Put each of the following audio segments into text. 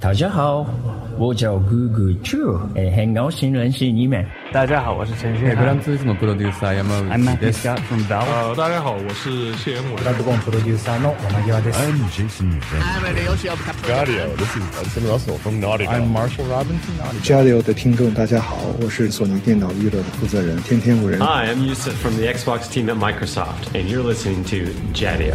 大家好，我叫 Google Chu，哎，很高兴认识你们。大家好，我是陈旭。グランツーリスモプロデューサー山内 I'm Matt です。 Scott from Valve. 呃，大家好，我是谢元伟。 I'm Jason Van. Jaleo 的听众，大家好，我是索尼电脑娱乐的负责人天天五人。 Hi, I'm Yusuf from the Xbox team at Microsoft, and you're listening to Jadio.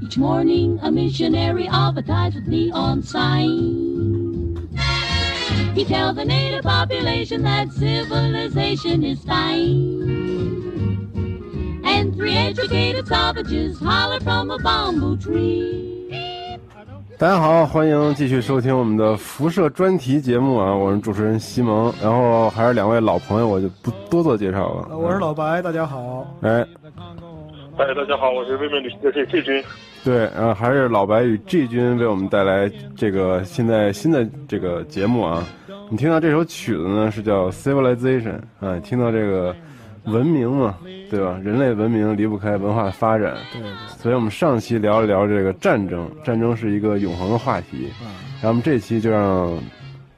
Each morning, a missionary advertised with neon sign. He tells the native population that civilization is dying. And three educated savages holler from a bamboo tree. 大家好，欢迎继续收听我们的辐射专题节目啊！我是主持人西蒙，然后还是两位老朋友，我就不多做介绍了。呃我是老白，大家好。哎，哎，大家好，我是未免旅行的这这军。对，呃，还是老白与 G 君为我们带来这个现在新的这个节目啊。你听到这首曲子呢，是叫《Civilization》啊，听到这个文明嘛，对吧？人类文明离不开文化发展，对对，所以我们上期聊了聊这个战争，战争是一个永恒的话题。然后我们这期就让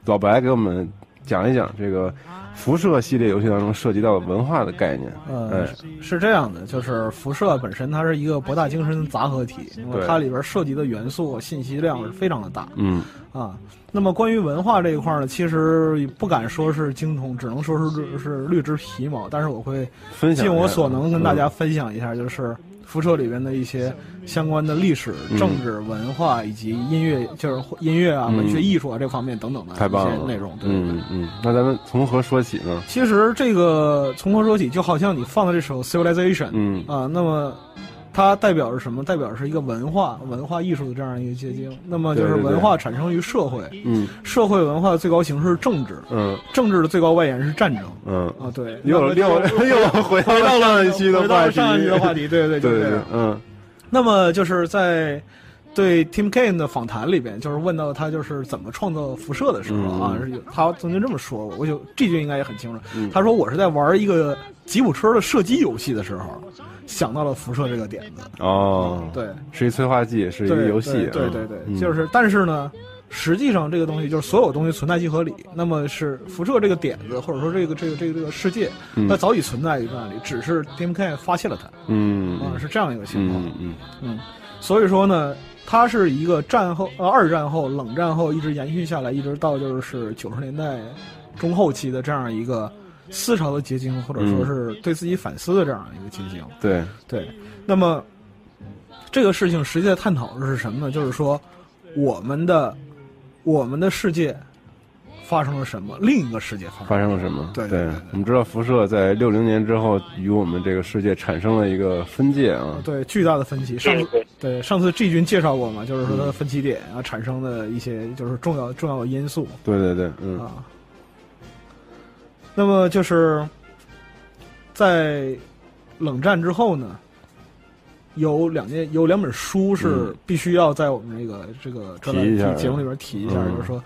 老白给我们讲一讲这个辐射系列游戏当中涉及到的文化的概念。呃哎，，是这样的，就是辐射本身它是一个博大精深的杂合体，那么对它里边涉及的元素信息量是非常的大嗯，啊。那么关于文化这一块呢，其实也不敢说是精通，只能说是是略知皮毛，但是我会分享一尽下我所能跟大家分享一下，就是辐射里边的一些相关的历史、嗯政治、文化以及音乐，就是音乐啊、嗯文学艺术啊这方面等等的太一棒些了内容。对，嗯嗯，那咱们从何说起呢？其实这个从何说起，就好像你放的这首《Civilization》嗯啊，那么。它代表着什么？代表着是一个文化、文化艺术的这样一个结晶。那么就是对对对文化产生于社会，嗯社会文化的最高形式是政治，嗯政治的最高外延是战争嗯，啊。对，又那又么就 又回到了上一期的回到话了题，上一期的话题，题，对 对对就这对样，嗯那么就是在对 Tim Kaine 的访谈里边，就是问到他就是怎么创造辐射的时候啊，嗯是有他曾经这么说过，我就这句应该也很清楚。嗯他说我是在玩一个吉普车的射击游戏的时候，想到了辐射这个点子。哦，，对，是一催化剂，是一个对游戏，对对嗯对嗯对，就是但是呢。实际上，这个东西就是所有东西存在即合理。那么是辐射这个点子，或者说这个这个这个这个世界，嗯它早已存在于那里，只是 Tim Kaine 发现了它嗯啊，嗯是这样一个情况。嗯嗯嗯，所以说呢，它是一个战后呃二战后冷战后一直延续下来，一直到就是九十年代中后期的这样一个思潮的结晶，或者嗯说是对自己反思的这样一个结晶。对，对，那么这个事情实际的探讨的是什么呢？就是说我们的我们的世界发生了什么，另一个世界发生了发生了什么？对对对对我们知道辐射在六零年之后与我们这个世界产生了一个分界啊。哦对巨大的分歧。上次对上次 G 君介绍过嘛，就是说它的分歧点啊产生的一些就是重要重要的因素。对对对，嗯啊。那么就是在冷战之后呢，有两件有两本书是嗯必须要在我们这个这个专提一下栏节目里边提一下，嗯就是说，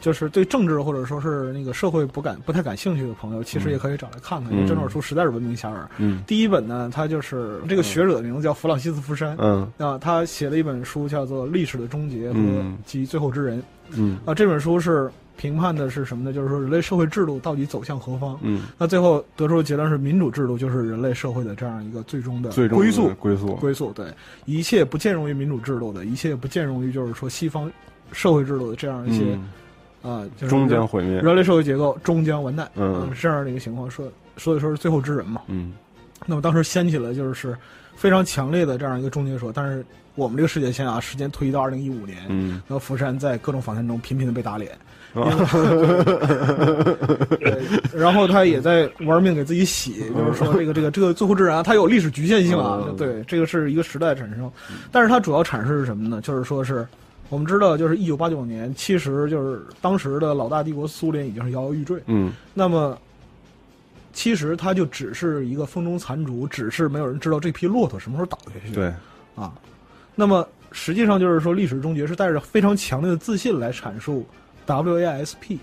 就是对政治或者说是那个社会不感不太感兴趣的朋友，其实也可以找来看看，因为这本书实在是闻名遐迩。嗯第一本呢，它就是这个学者的名字叫弗朗西斯·福山。嗯啊，他写了一本书，叫做《历史的终结》和嗯及最后之人。嗯啊，这本书是评判的是什么呢？就是说人类社会制度到底走向何方？嗯，那最后得出的结论是，民主制度就是人类社会的这样一个最终的最终的归宿。归宿，归宿对，一切不兼容于民主制度的，一切不兼容于就是说西方社会制度的这样一些嗯，啊、就是终将毁灭，人类社会结构终将完蛋，嗯是这样的一个情况。说所以说是最后之人嘛。嗯那么当时掀起了就是非常强烈的这样一个终结说，但是我们这个世界线啊，时间推移到二零一五年，然嗯，后福山在各种访谈中频频的被打脸，对呃然后他也在玩命给自己洗，就是说这个这个这个最后之人啊，它有历史局限性啊嗯，对，这个是一个时代产生，但是它主要阐释是什么呢？就是说是。我们知道，就是一九八九年，其实就是当时的老大帝国苏联已经是摇摇欲坠，嗯那么，其实它就只是一个风中残烛，只是没有人知道这匹骆驼什么时候倒下去。对，啊，那么实际上就是说，历史终结是带着非常强烈的自信来阐述 WASP、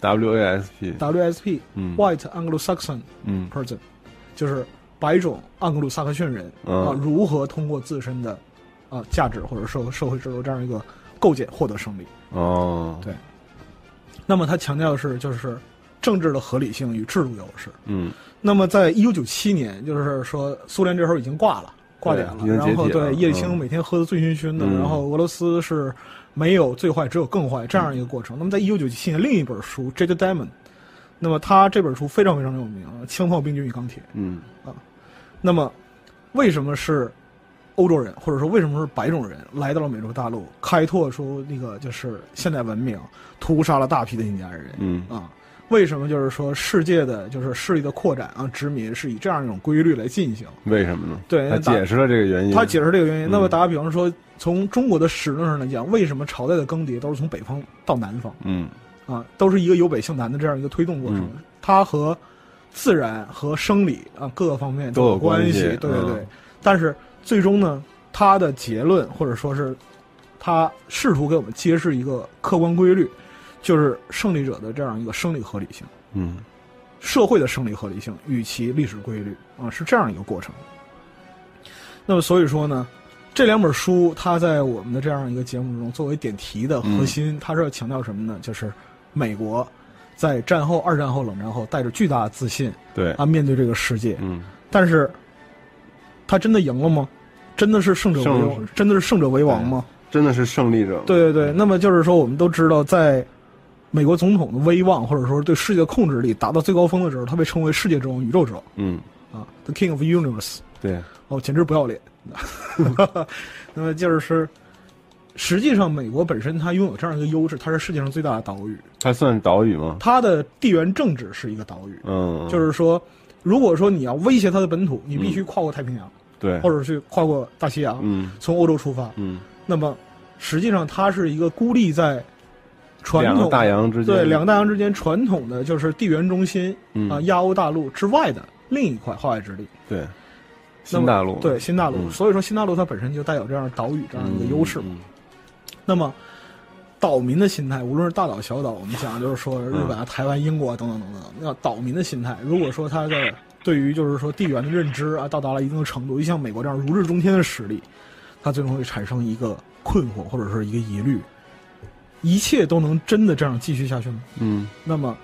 WASP， WASP、嗯 White Anglo-Saxon 嗯 Person，就是白种盎格鲁撒克逊人、嗯啊，如何通过自身的啊价值或者社社会制度这样一个构建获得胜利。哦，对那么他强调的是，就是政治的合理性与制度优势。嗯那么，在一九九七年，就是说苏联这时候已经挂了，挂点了。对已经解体然后了对叶利钦嗯每天喝的醉醺醺的，嗯然后俄罗斯是没有最坏，只有更坏这样一个过程。那么，在一九九七年，另一本书《Jade Diamond》，那么他这本书非常非常有名，《枪炮、病菌与钢铁》。嗯那么，为什么是欧洲人，或者说为什么是白种人来到了美洲大陆，开拓出那个就是现代文明，屠杀了大批的印第安人？嗯啊，为什么就是说世界的就是势力的扩展啊，殖民是以这样一种规律来进行？为什么呢？对他哎那打解释了这个原因，他解释这个原因。嗯那么打个比方说，从中国的史论上来讲，为什么朝代的更迭都是从北方到南方嗯啊，都是一个由北向南的这样一个推动过程？嗯它和自然和生理啊各个方面都有有关系系，对对嗯对。但是最终呢，他的结论或者说是他试图给我们揭示一个客观规律，就是胜利者的这样一个生理合理性。嗯社会的生理合理性与其历史规律啊，是这样一个过程。那么所以说呢，这两本书它在我们的这样一个节目中作为点题的核心，它是要强调什么呢？就是美国在战后、二战后、冷战后带着巨大的自信对，啊面对这个世界，嗯但是他真的赢了吗？真的是胜者为王胜？真的是胜者为王吗？真的是胜利者，对对对，那么就是说，我们都知道，在美国总统的威望或者说对世界的控制力达到最高峰的时候，他被称为世界之王、宇宙之王嗯啊，The King of Universe。对，哦，简直不 要脸。那么就是，实际上美国本身它拥有这样一个优势，它是世界上最大的岛屿，它算是岛屿吗？它的地缘政治是一个岛屿，嗯，就是说。如果说你要威胁它的本土，你必须跨过太平洋，对，或者去跨过大西洋，嗯从欧洲出发，嗯，那么实际上它是一个孤立在传两统个大洋之间，对两个大洋之间传统的就是地缘中心嗯啊、亚欧大陆之外的另一块化外之地，对，那新么大陆，对新大陆。嗯所以说新大陆它本身就带有这样岛屿这样一个优势。嗯那么岛民的心态，无论是大岛小岛，我们讲就是说日本啊、台湾、英国啊等等等等，那岛民的心态，如果说他的对于就是说地缘的认知啊到达了一定的程度，就像美国这样如日中天的实力，他最终会产生一个困惑或者是一个疑虑：一切都能真的这样继续下去吗？嗯那么，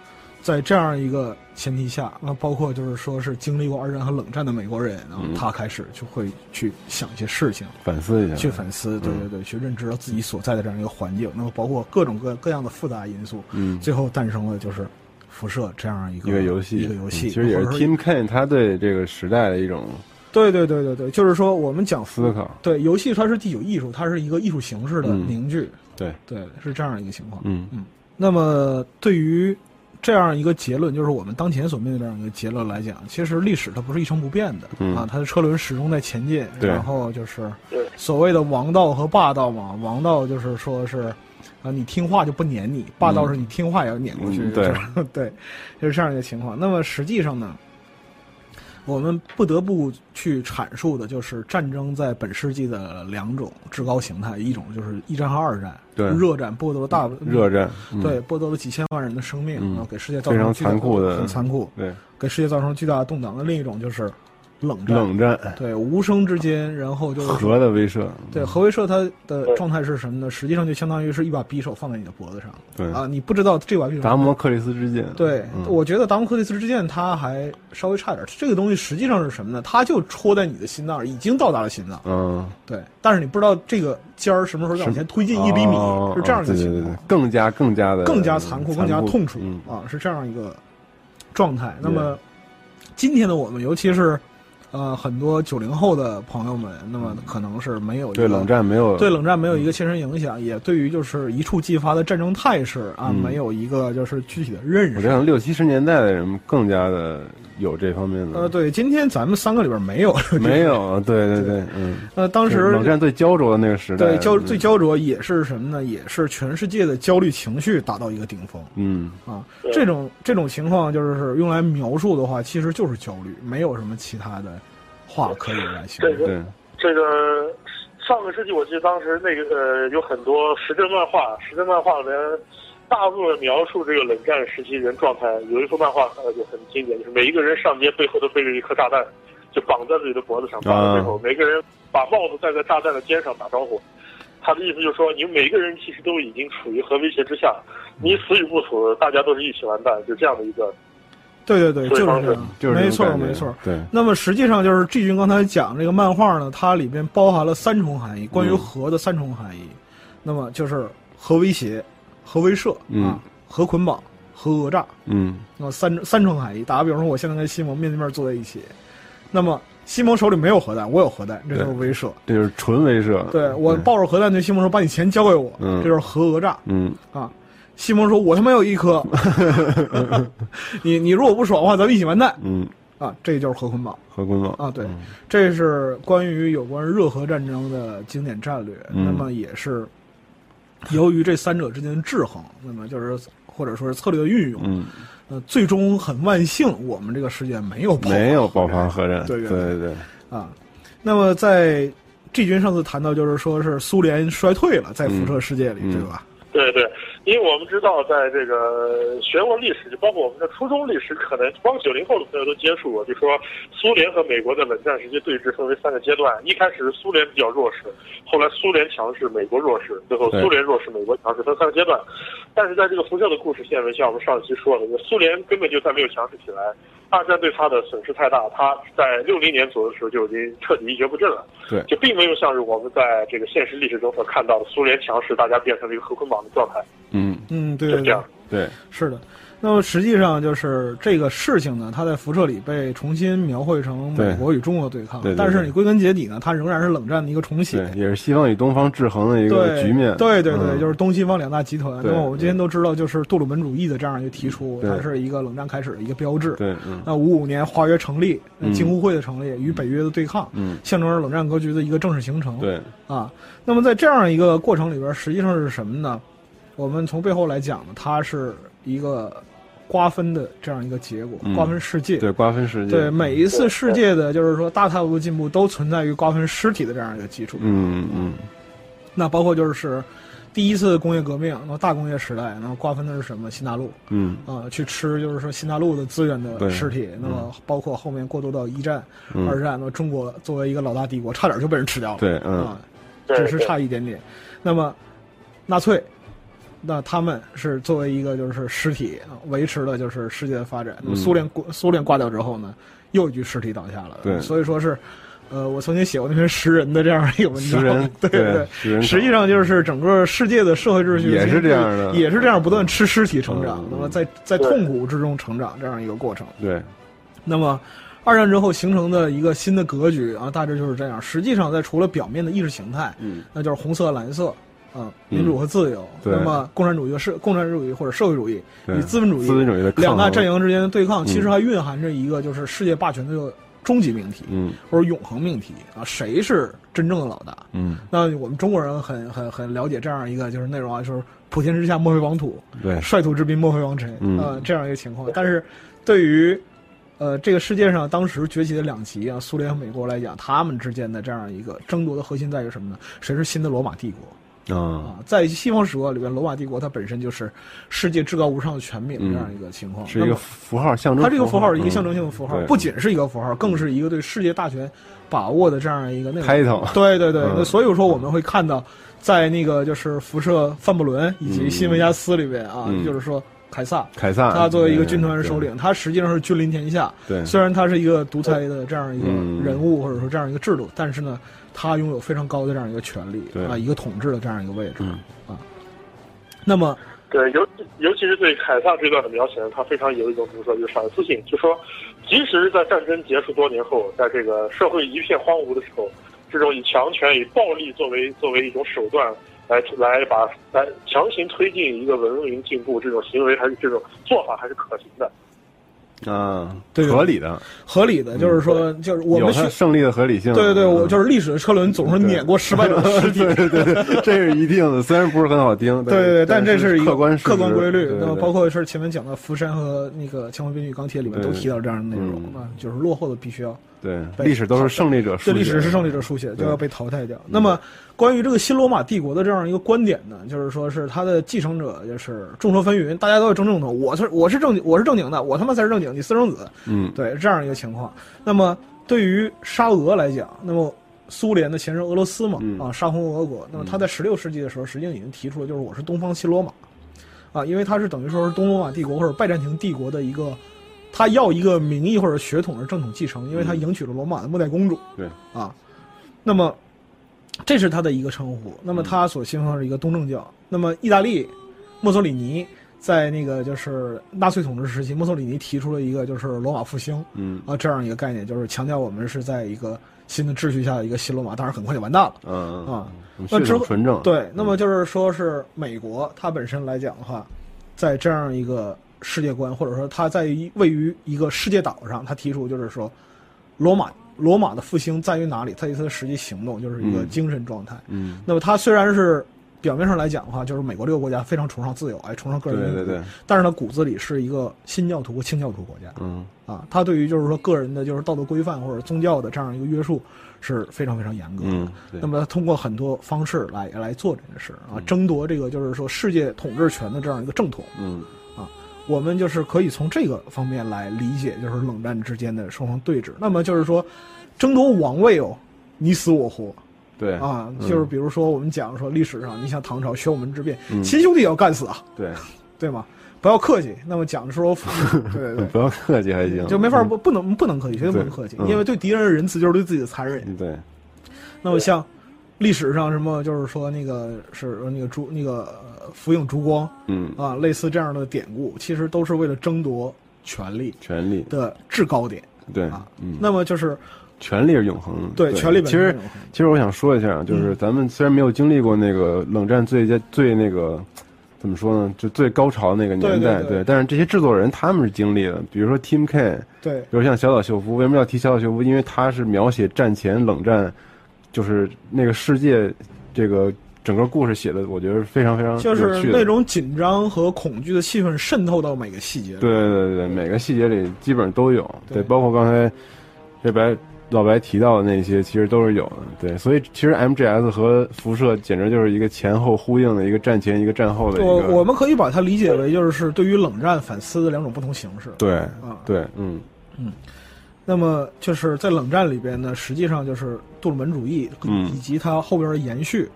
在这样一个前提下，那包括就是说是经历过二战和冷战的美国人啊，嗯他开始就会去想一些事情，反思一下，去反思，对对嗯对，去认知到自己所在的这样一个环境，那么包括各种各各样的复杂因素，嗯最后诞生了就是辐射这样一个一个游戏，一个游戏，嗯其实也或者是说 Tim Ken 他对这个时代的一种对对对对对，就是说我们讲思考，对游戏，它是第九艺术，它是一个艺术形式的嗯凝聚，对，对，是这样一个情况。嗯那么，对于这样一个结论，就是我们当前所面对这样一个结论来讲，其实历史它不是一成不变的、嗯啊，它的车轮始终在前进。对然后就是对所谓的王道和霸道嘛，王道就是说是啊，你听话就不撵你，霸道是你听话也要撵过去。嗯对就是 对，就是这样一个情况。那么实际上呢？我们不得不去阐述的就是战争在本世纪的两种至高形态，一种就是一战和二战，对热战剥夺了大热战，嗯对，剥夺了几千万人的生命，嗯然后给世界造非常成巨大残酷的很残酷，对，给世界造成巨大的动荡。那另一种就是冷战，冷战对，无声之间，然后就是说核的威慑，对，核威慑它的状态是什么呢？实际上就相当于是一把匕首放在你的脖子上，对啊，你不知道这把匕首。达摩克里斯之剑，对，嗯我觉得达摩克里斯之剑它还稍微差点儿。这个东西实际上是什么呢？它就戳在你的心脏儿，已经到达了心脏，嗯，对，但是你不知道这个尖儿什么时候再往前推进一厘米，哦是这样一个对对情对况对，，更加更加的更加残酷，更加痛楚呃嗯啊，是这样一个状态。那么今天的我们，尤其是呃很多九零后的朋友们，那么可能是没有一个嗯对冷战嗯没有对冷战没有一个切身影响，也对于就是一触即发的战争态势啊，嗯没有一个就是具体的认我觉得识。可能六七十年代的人更加的有这方面的，呃，对，今天咱们三个里边没 有，没有，对对对，嗯，呃，当就是时冷战最焦灼的那个时代，对焦嗯最，焦灼也是什么呢？也是全世界的焦虑情绪达到一个顶峰嗯，啊。对这种这种情况就是用来描述的话，其实就是焦虑，没有什么其他的话可以来形容。对，这个上个世纪，我记得当时那个呃，有很多时政漫画，时政漫画里面大部分描述这个冷战时期人状态。有一幅漫画呃就很经典，就是每一个人上街背后都背着一颗炸弹，就绑在自己的脖子上，绑在背后，每个人把帽子戴在炸弹的尖上打招呼。他的意思就是说，你们每个人其实都已经处于核威胁之下，你死与不死，大家都是一起完蛋，就这样的一个对对对，对就是当这时样，就是这没种错感觉没错。对，那么实际上就是季军刚才讲这个漫画呢，它里边包含了三重含义，关于嗯核的三重含义，那么就是核威胁、核威慑、嗯啊、核捆绑、核讹诈。嗯，那么三三重含义。打个比方说，我现在跟西蒙面对面坐在一起，那么西蒙手里没有核弹，我有核弹，这就是威慑。这就是纯威慑，对我抱着核弹对西蒙说：“把你钱交给我。啊嗯这就是核讹诈嗯，啊。西蒙说：“我他妈有一 颗，你你如果不爽的话，咱们一起完蛋嗯嗯，啊！”这就是核捆绑核捆绑，啊。对，这是关于有关热核战争的经典战略。嗯那么也是由于这三者之间的制衡，那么就是或者说是策略的运用，嗯，呃，最终很万幸，我们这个世界没有爆发没有爆发核战，对对对对对，啊。那么在季军上次谈到，就是说是苏联衰退了，在辐射世界里，嗯嗯对吧？对对，因为我们知道，在这个学过历史，就包括我们的初中历史，可能包括九零后的朋友都接触过，就说苏联和美国的冷战时期对峙分为三个阶段，一开始苏联比较弱势，后来苏联强势，美国弱势，最后对苏联弱势，美国强势，分三个阶段。但是在这个辐射的故事线里，像我们上一期说的，就苏联根本就在没有强势起来，二战对它的损失太大，它在六零年左右的时候就已经彻底一蹶不振了。对就并没有像是我们在这个现实历史中所看到的苏联强势，大家变成了一个核捆绑的状态，嗯，嗯，对就对这对样，。对，是的。那么实际上就是这个事情呢，它在辐射里被重新描绘成美对国与中国的对抗，对对但是对你归根结底呢，它仍然是冷战的一个重写对，。也是西方与东方制衡的一个对局面，对对对，嗯就是东西方两大集团。那对么我们今天都知道，就是杜鲁门主义的这样一个提出，对它是一个冷战开始的一个标志。对，嗯那五五年华约成立，呃嗯京沪会的成立与北约的对抗，嗯，象征着冷战格局的一个正式形成。对，啊，那么在这样一个过程里边，实际上是什么呢？我们从背后来讲呢，它是一个瓜分的这样一个结果，嗯瓜分世界。对，瓜分世界，对每一次世界的，就是说大踏步的进步，都存在于瓜分尸体的这样一个基础。嗯嗯，那包括就是第一次工业革命，然后大工业时代，然后瓜分的是什么？新大陆。嗯啊、去吃就是说新大陆的资源的对尸体，那么包括后面过渡到一战、嗯二战，那么中国作为一个老大帝国，差点就被人吃掉了，对嗯啊、对只是差一点点。那么纳粹，那他们是作为一个就是尸体啊维持了就是世界的发展。那么苏联国苏联挂掉之后呢，又一具尸体倒下了，嗯对所以说是。呃，我曾经写过那篇食人的这样一个文章，食人对对对，食人实际上就是整个世界的社会秩序也是这样的也是这样不断吃尸体成长嗯，那么在在对痛苦之中成长这样一个过程。对，那么，二战之后形成的一个新的格局啊，大致就是这样。实际上，在除了表面的意识形态，嗯那就是红色、蓝色，啊，民主和自由。对那么，共产主义和社共产主义或者社会主义对与资本主义资本主义的抗衡嗯两大阵营之间的对抗，其实还蕴含着一个就是世界霸权的终极命题，嗯或者永恒命题啊，谁是真正的老大？嗯，那我们中国人很很很了解这样一个就是内容啊，就是普天之下莫非王土，对，啊率土之滨莫非王臣，嗯呃，这样一个情况。但是，对于呃这个世界上当时崛起的两极啊，苏联和美国来讲，他们之间的这样一个争夺的核心在于什么呢？谁是新的罗马帝国？啊，啊，在西方史观里边，罗马帝国它本身就是世界至高无上的权柄嗯这样一个情况。是一那个么符号象征。它这个符号是一个象征性的符号，嗯对不仅是一个符号，更是一个对世界大权把握的这样一个那个 title。对对对，嗯那所以说我们会看到，在那个就是辐射范布伦以及新维加斯里边啊，嗯就是说凯撒，凯撒，他作为一个军团的首领，他实际上是君临天下。对，对，虽然他是一个独裁的这样一个嗯人物，或者说这样一个制度，但是呢，他拥有非常高的这样一个权利对啊，一个统治的这样一个位置嗯啊。那么，对，尤尤其是对凯撒这段的描写，他非常有一种怎么说，就是反思性，就说，即使是在战争结束多年后，在这个社会一片荒芜的时候，这种以强权、以暴力作为作为一种手段来来把来强行推进一个文明进步，这种行为还是这种做法还是可行的。啊，对合理的，合理的就是说，就是我有们它去。胜利的啊合理性。。对对对，我就是是历史的车轮总是碾过失败者的尸体， 对对对，这是一定的，虽然不是很好听，对对对，但但这是一个客观事实客观规律。那么包。对对括是前面讲的《福山》和那个《枪火编剧与钢铁》里面对都提到这样的内容嗯啊，就是落后的必须要，对，对历史都是胜利者书这写的，嗯历史是胜利者书写，就要被淘汰掉。那么关于这个新罗马帝国的这样一个观点呢，就是说是他的继承者就是众说纷纭，大家都有争正统，我是我是正经我是正经的，我他妈才是正经，你私生子，嗯，对这样一个情况。那么对于沙俄来讲，那么苏联的前身俄罗斯嘛，嗯啊，沙皇俄国，那么他在十六世纪的时候，实际上已经提出了，就是我是东方新罗马，啊，因为它是等于说是东罗马帝国或者拜占庭帝国的一个，他要一个名义或者血统的正统继承，因为嗯他迎娶了罗马的末代公主，对啊，那么这是他的一个称呼。那么他所信奉的是一个东正教。那么意大利墨索里尼。在那个就是纳粹统治时期，墨索里尼提出了一个就是罗马复兴，嗯啊，这样一个概念，就是强调我们是在一个新的秩序下的一个新罗马，当然很快就完蛋了。嗯啊嗯，那血之后统纯正，嗯对，那么就是说是美国它本身来讲的话，在这样一个世界观，或者说它在于位于一个世界岛上，它提出就是说，罗马罗马的复兴在于哪里？在于它的实际行动，就是一个嗯精神状态。嗯，那么它虽然是表面上来讲的话，就是美国这个国家非常崇尚自由，哎，崇尚个对人民主，对对，但是呢，骨子里是一个新教徒和清教徒国家。嗯啊，他对于就是说个人的就是道德规范或者宗教的这样一个约束是非常非常严格的。嗯，对那么他通过很多方式来来做这件事啊，争夺这个就是说世界统治权的这样一个正统，嗯我们就是可以从这个方面来理解，就是冷战之间的双方对峙。那么就是说，争夺王位哦，你死我活对啊，嗯就是比如说我们讲说历史上，你像唐朝玄武门之变，嗯亲兄弟也要干死啊，对，对吗？不要客气。那么讲的时候， 对对对，不要客气还行，嗯就没法不不能不能客气，绝对不能对客气，嗯因为对敌人的仁慈就是对自己的残忍。嗯对，那么像历史上什么，就是说那个是那个烛那个呃福影烛光嗯，啊，类似这样的典故，其实都是为了争夺权力权力，的制高点。对啊，嗯，那么就是权力是永恒的，对权力本其身是实永恒的嗯其实我想说一下啊，就是咱们虽然没有经历过那个冷战最佳最那个怎么说呢，就最高潮那个年代，对对对但是这些制作人他们是经历了，比如说 Team K，对比如像小岛秀夫，为什么要提小岛秀夫？因为他是描写战前冷战，就是那个世界这个整个故事写的，我觉得非常非常就有是趣的那种紧张和恐惧的气氛渗透到每个细节。对对对对，每个细节里基本上都有，对对，包括刚才这白老白提到的那些，其实都是有的，对，所以其实 MGS 和辐射简直就是一个前后呼应的一个战前一个战后的一我个，我们可以把它理解为就是对于冷战反思的两种不同形式。对啊对，嗯那么就是在冷战里边呢，实际上就是杜鲁门主义，嗯以及它后边的延续，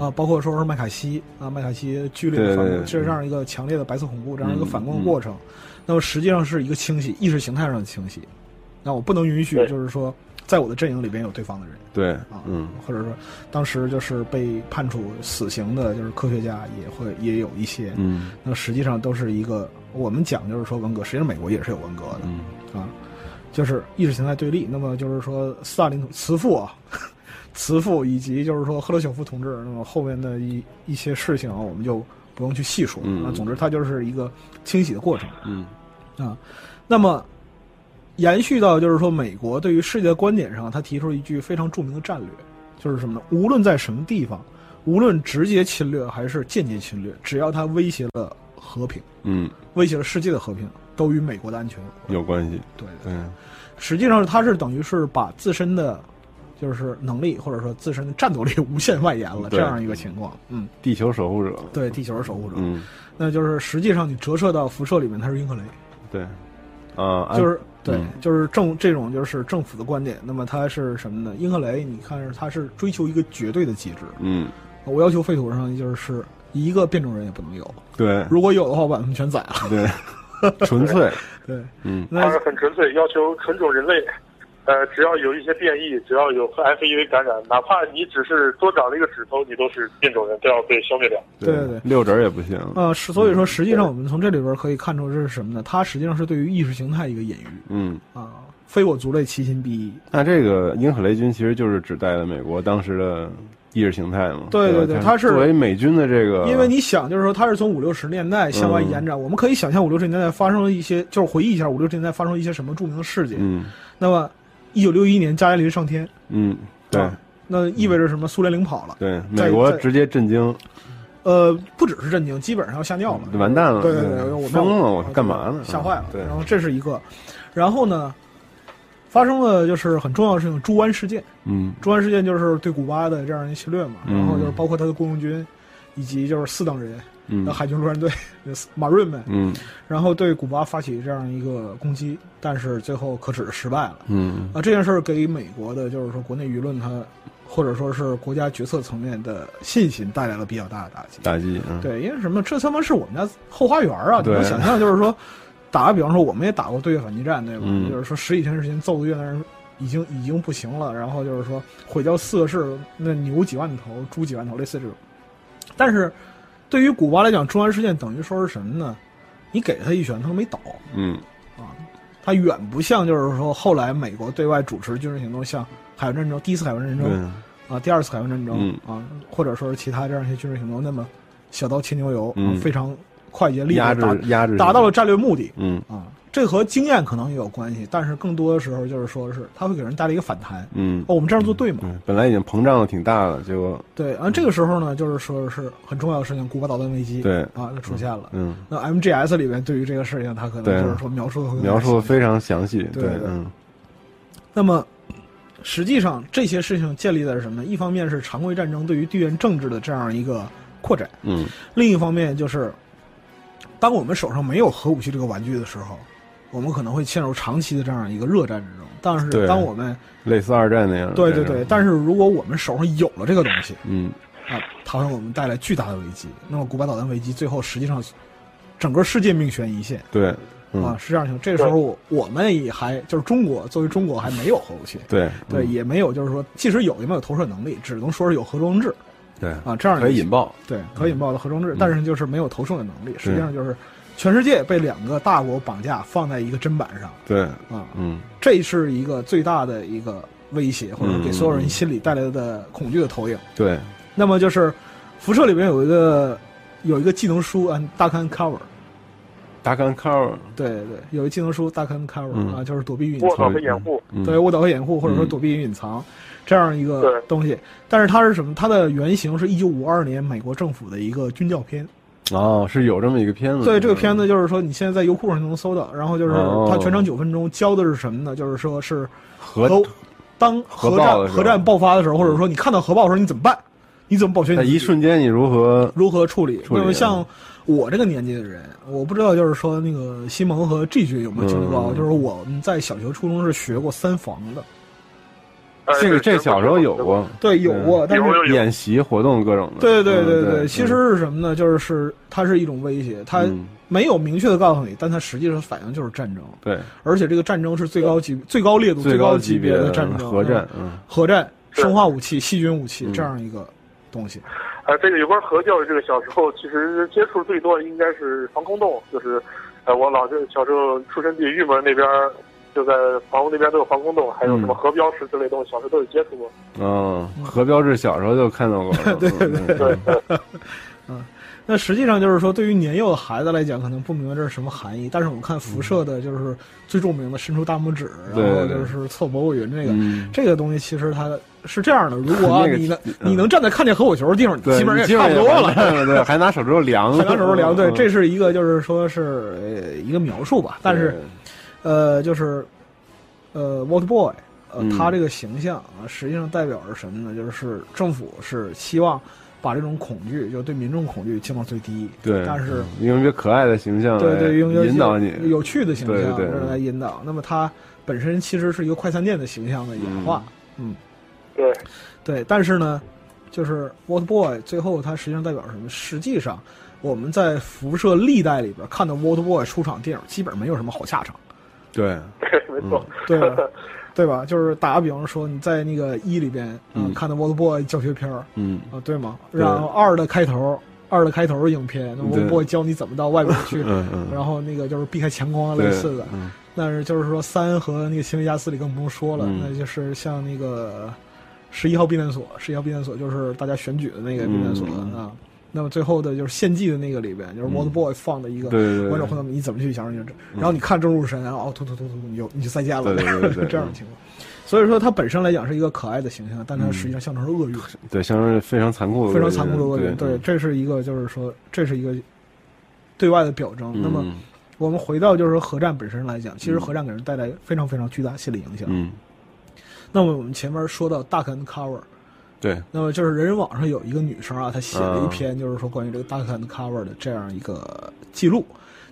啊，包括说是麦卡锡啊，麦卡锡剧烈的对反对攻，对这是这样一个强烈的白色恐怖这样一个嗯反攻嗯的过程。那么实际上是一个清洗意识形态上的清洗。那我不能允许，对就是说，在我的阵营里边有对方的人对啊，嗯或者说当时就是被判处死刑的，就是科学家也会也有一些。嗯那实际上都是一个我们讲就是说文革，实际上美国也是有文革的。嗯啊，就是意识形态对立。那么就是说，斯大林慈父啊， 慈父以及就是说赫鲁晓夫同志，那么后面的一一些事情啊，我们就不用去细说嗯啊。总之，它就是一个清洗的过程嗯啊。那么。延续到就是说，美国对于世界的观点上，他提出一句非常著名的战略，就是什么呢？无论在什么地方，无论直接侵略还是间接侵略，只要它威胁了和平，嗯，威胁了世界的和平，都与美国的安全有关。有关系，对对。对，实际上他是等于是把自身的就是能力或者说自身的战斗力 无限外延了对这样一个情况。嗯，地球守护者，对，地球是守护者，嗯，那就是实际上你折射到辐射里面，它是英克雷，对，啊、安就是对嗯，就是政这种就是政府的观点。那么它是什么呢？英克雷，你看是它是追求一个绝对的机制，嗯，我要求废土上就是一个变种人也不能有，对如果有的话，我把他们全宰了。 对，纯粹，对，嗯，那它是很纯粹，要求纯种人类，呃，只要有一些变异，只要有和 FEV 感染，哪怕你只是多长了一个指头，你都是变种人，都要被消灭掉。对对对六指儿也不行，呃，是所以说，实际上我们从这里边可以看出这是什么呢？它实际上是对于意识形态一个隐喻嗯，啊，非我族类，其心必异。那这个英赫雷军其实就是指代了美国当时的意识形态嘛，对对对对吧它是作为美军的这个，因为你想，就是说它是从五六十年代向外啊嗯延展，我们可以想象五六十年代发生了一些，就是回忆一下五六十年代发生了一些什么著名的事件。嗯那么，一九六一年加加林上天，嗯，对啊那意味着什么？苏联领跑了，对，在美国在直接震惊，呃，不只是震惊，基本上要吓尿了，完蛋了，对对对，我们啊嗯疯了，我干嘛呢？嗯吓坏了。对然，后这是一个，然后呢，发生了就是很重要的事情——猪湾事件。嗯猪湾事件就是对古巴的这样一侵略嘛，嗯然后就是包括他的雇佣军，以及就是四等人、嗯海军陆战队、 马润们，嗯然后对古巴发起这样一个攻击，但是最后可耻地失败了。嗯啊，这件事儿给美国的，就是说国内舆论它，或者说是国家决策层面的信心带来了比较大的打击。打击，嗯对，因为什么？这他妈是我们家后花园啊！你对能想象，就是说，打个比方说，我们也打过对越反击战，对吧？嗯就是说，十几天时间揍的越南人已经已经不行了，然后就是说毁掉四个市，那牛几万头，猪几万头，类似这种。但是，对于古巴来讲，中安事件等于说是什么呢？你给他一拳，他都没倒，嗯他远不像就是说后来美国对外主持军事行动，像海湾战争、第一次海湾战对争啊、第二次海湾战争、嗯啊，或者说是其他这样一些军事行动，那么小刀切牛油，嗯啊非常快捷利压落制地压制达达到了战略目的嗯啊。这和经验可能也有关系，但是更多的时候就是说是它会给人带来一个反弹。嗯哦，我们这样做对吗？对，本来已经膨胀的挺大了，结果对，啊，这个时候呢，就是说是很重要的事情，古巴导弹危机，对啊，就出现了。嗯那 MGS 里面对于这个事情，它可能对啊就是说描述的描述的非常详细，对对嗯那么，实际上这些事情建立的是什么呢？一方面是常规战争对于地缘政治的这样一个扩展，嗯另一方面就是，当我们手上没有核武器这个玩具的时候，我们可能会陷入长期的这样一个热战之中。但是对嗯当我们类似二战那样，对对对，但是是如果我们手上有了这个东西嗯啊，它会给我们带来巨大的危机。那么古巴导弹危机最后实际上整个世界命悬一线对啊，嗯是这样情况。这个时候我我们也还就是中国作为中国还没有核武器，对对，嗯也没有就是说，即使有也没有投射能力，只能说是有核装置对啊，这样可以一个引爆，对可嗯以引爆的核装置，但是就是没有投射的能力。实际上就是全世界被两个大国绑架，放在一个砧板上对，啊，嗯这是一个最大的一个威胁，或者嗯给所有人心里带来的恐惧的投影。对，那么就是辐射里面有一个有一个技能书啊，大刊 cover，达干 cover，对对，有一技能书大刊 cover 嗯啊，就是躲避与隐卧藏倒。和掩护，嗯对误导和掩护，或者说嗯躲避与隐藏、这样一个对东西。但是它是什么？它的原型是一九五二年美国政府的一个军教片。哦，是有这么一个片子，对，这个片子就是说你现在在优酷上就能搜到。然后就是嗯哦它全长九分钟，教的是什么呢？就是说是核当核核爆的战时候核战爆发的时候，或者说你看到核爆的时候，你怎么办？你怎么保全在你自己？一瞬间你如何如何处理？处理啊那么像我这个年纪的人，我不知道就是说那个西蒙和 G 君有没有经历过啊，嗯就是我们在小学、初中是学过三防的。呃这个这小时候有，过对，有过，但是有有有演习活动各种的，对对对嗯对，对，其实是什么呢？就是它是一种威胁，它嗯没有明确的告诉你，但它实际上反映就是战争，对而且这个战争是最高级、最高烈度、最高级别的战争，核战嗯、，嗯核战、是生化武器、细菌武器嗯这样一个东西。呃，这个有关核教育，这个小时候其实接触最多的应该是防空洞，就是，呃，我老舅小时候出生地玉门那边儿，就在房屋那边都有防空洞，还有什么核标识之类的东西，小时候都有接触过。嗯，核标志小时候就看到过 了，嗯对对对，对那实际上就是说，对于年幼的孩子来讲，可能不明白这是什么含义。但是我们看辐射的，就是最著名的伸出大拇指，嗯对然后对就是测薄雾云这个，嗯这个东西其实它是这样的：如果啊 那个你能嗯你能站在看见核火球的地方，对，基本上基也差不多了。了，对，还拿手指 头量，海南手术聊，对，嗯这是一个就是说是呃一个描述吧，但是呃就是呃 What Boy 呃嗯，他这个形象啊，实际上代表着什么呢？就是政府是希望把这种恐惧，就对民众恐惧降到最低。对嗯但是用一个可爱的形象对对，用来引导你，有趣的形对象对对来引导。那么它本身其实是一个快餐店的形象的演化，嗯，对，对。但是呢，就是 What Boy 最后它实际上代表什么？实际上我们在辐射历代里边看到 What Boy 出场电影，基本没有什么好下场，对，没错， 对吧？对吧？就是打个比方说，你在那个一里边，呃嗯看到 What Boy 教学片儿，嗯，啊，对吗？对然后二的开头，二的开头是影片，那对 What Boy 教你怎么到外边去，嗯嗯然后那个就是避开强光啊，对类似的。嗯但是就是说三和那个新维加斯里更不用说了，嗯那就是像那个十一号避难所，十一号避难所就是大家选举的那个避难所、嗯啊。那么最后的就是献祭的那个里边，就是 w a t Boy 放的一个对对对嗯观众朋友们，你怎么去想让你这？然后你看正入神，然后哦，突突突突，你就你就再见了，对对对 对对这样的情况。所以说，它本身来讲是一个可爱的形象，但它嗯实际上象征着厄运。对，相当于非常残酷的，非常残酷的恶对劣。对，，这是一个就是说，这是一个对外的表征。嗯那么我们回到就是说核战本身来讲，其实核战给人带来非常非常巨大心理影响。嗯，那么我们前面说到大 n cover，对，那么就是人人网上有一个女生啊，她写嗯了一篇就是说关于这个大 n cover 的这样一个记录，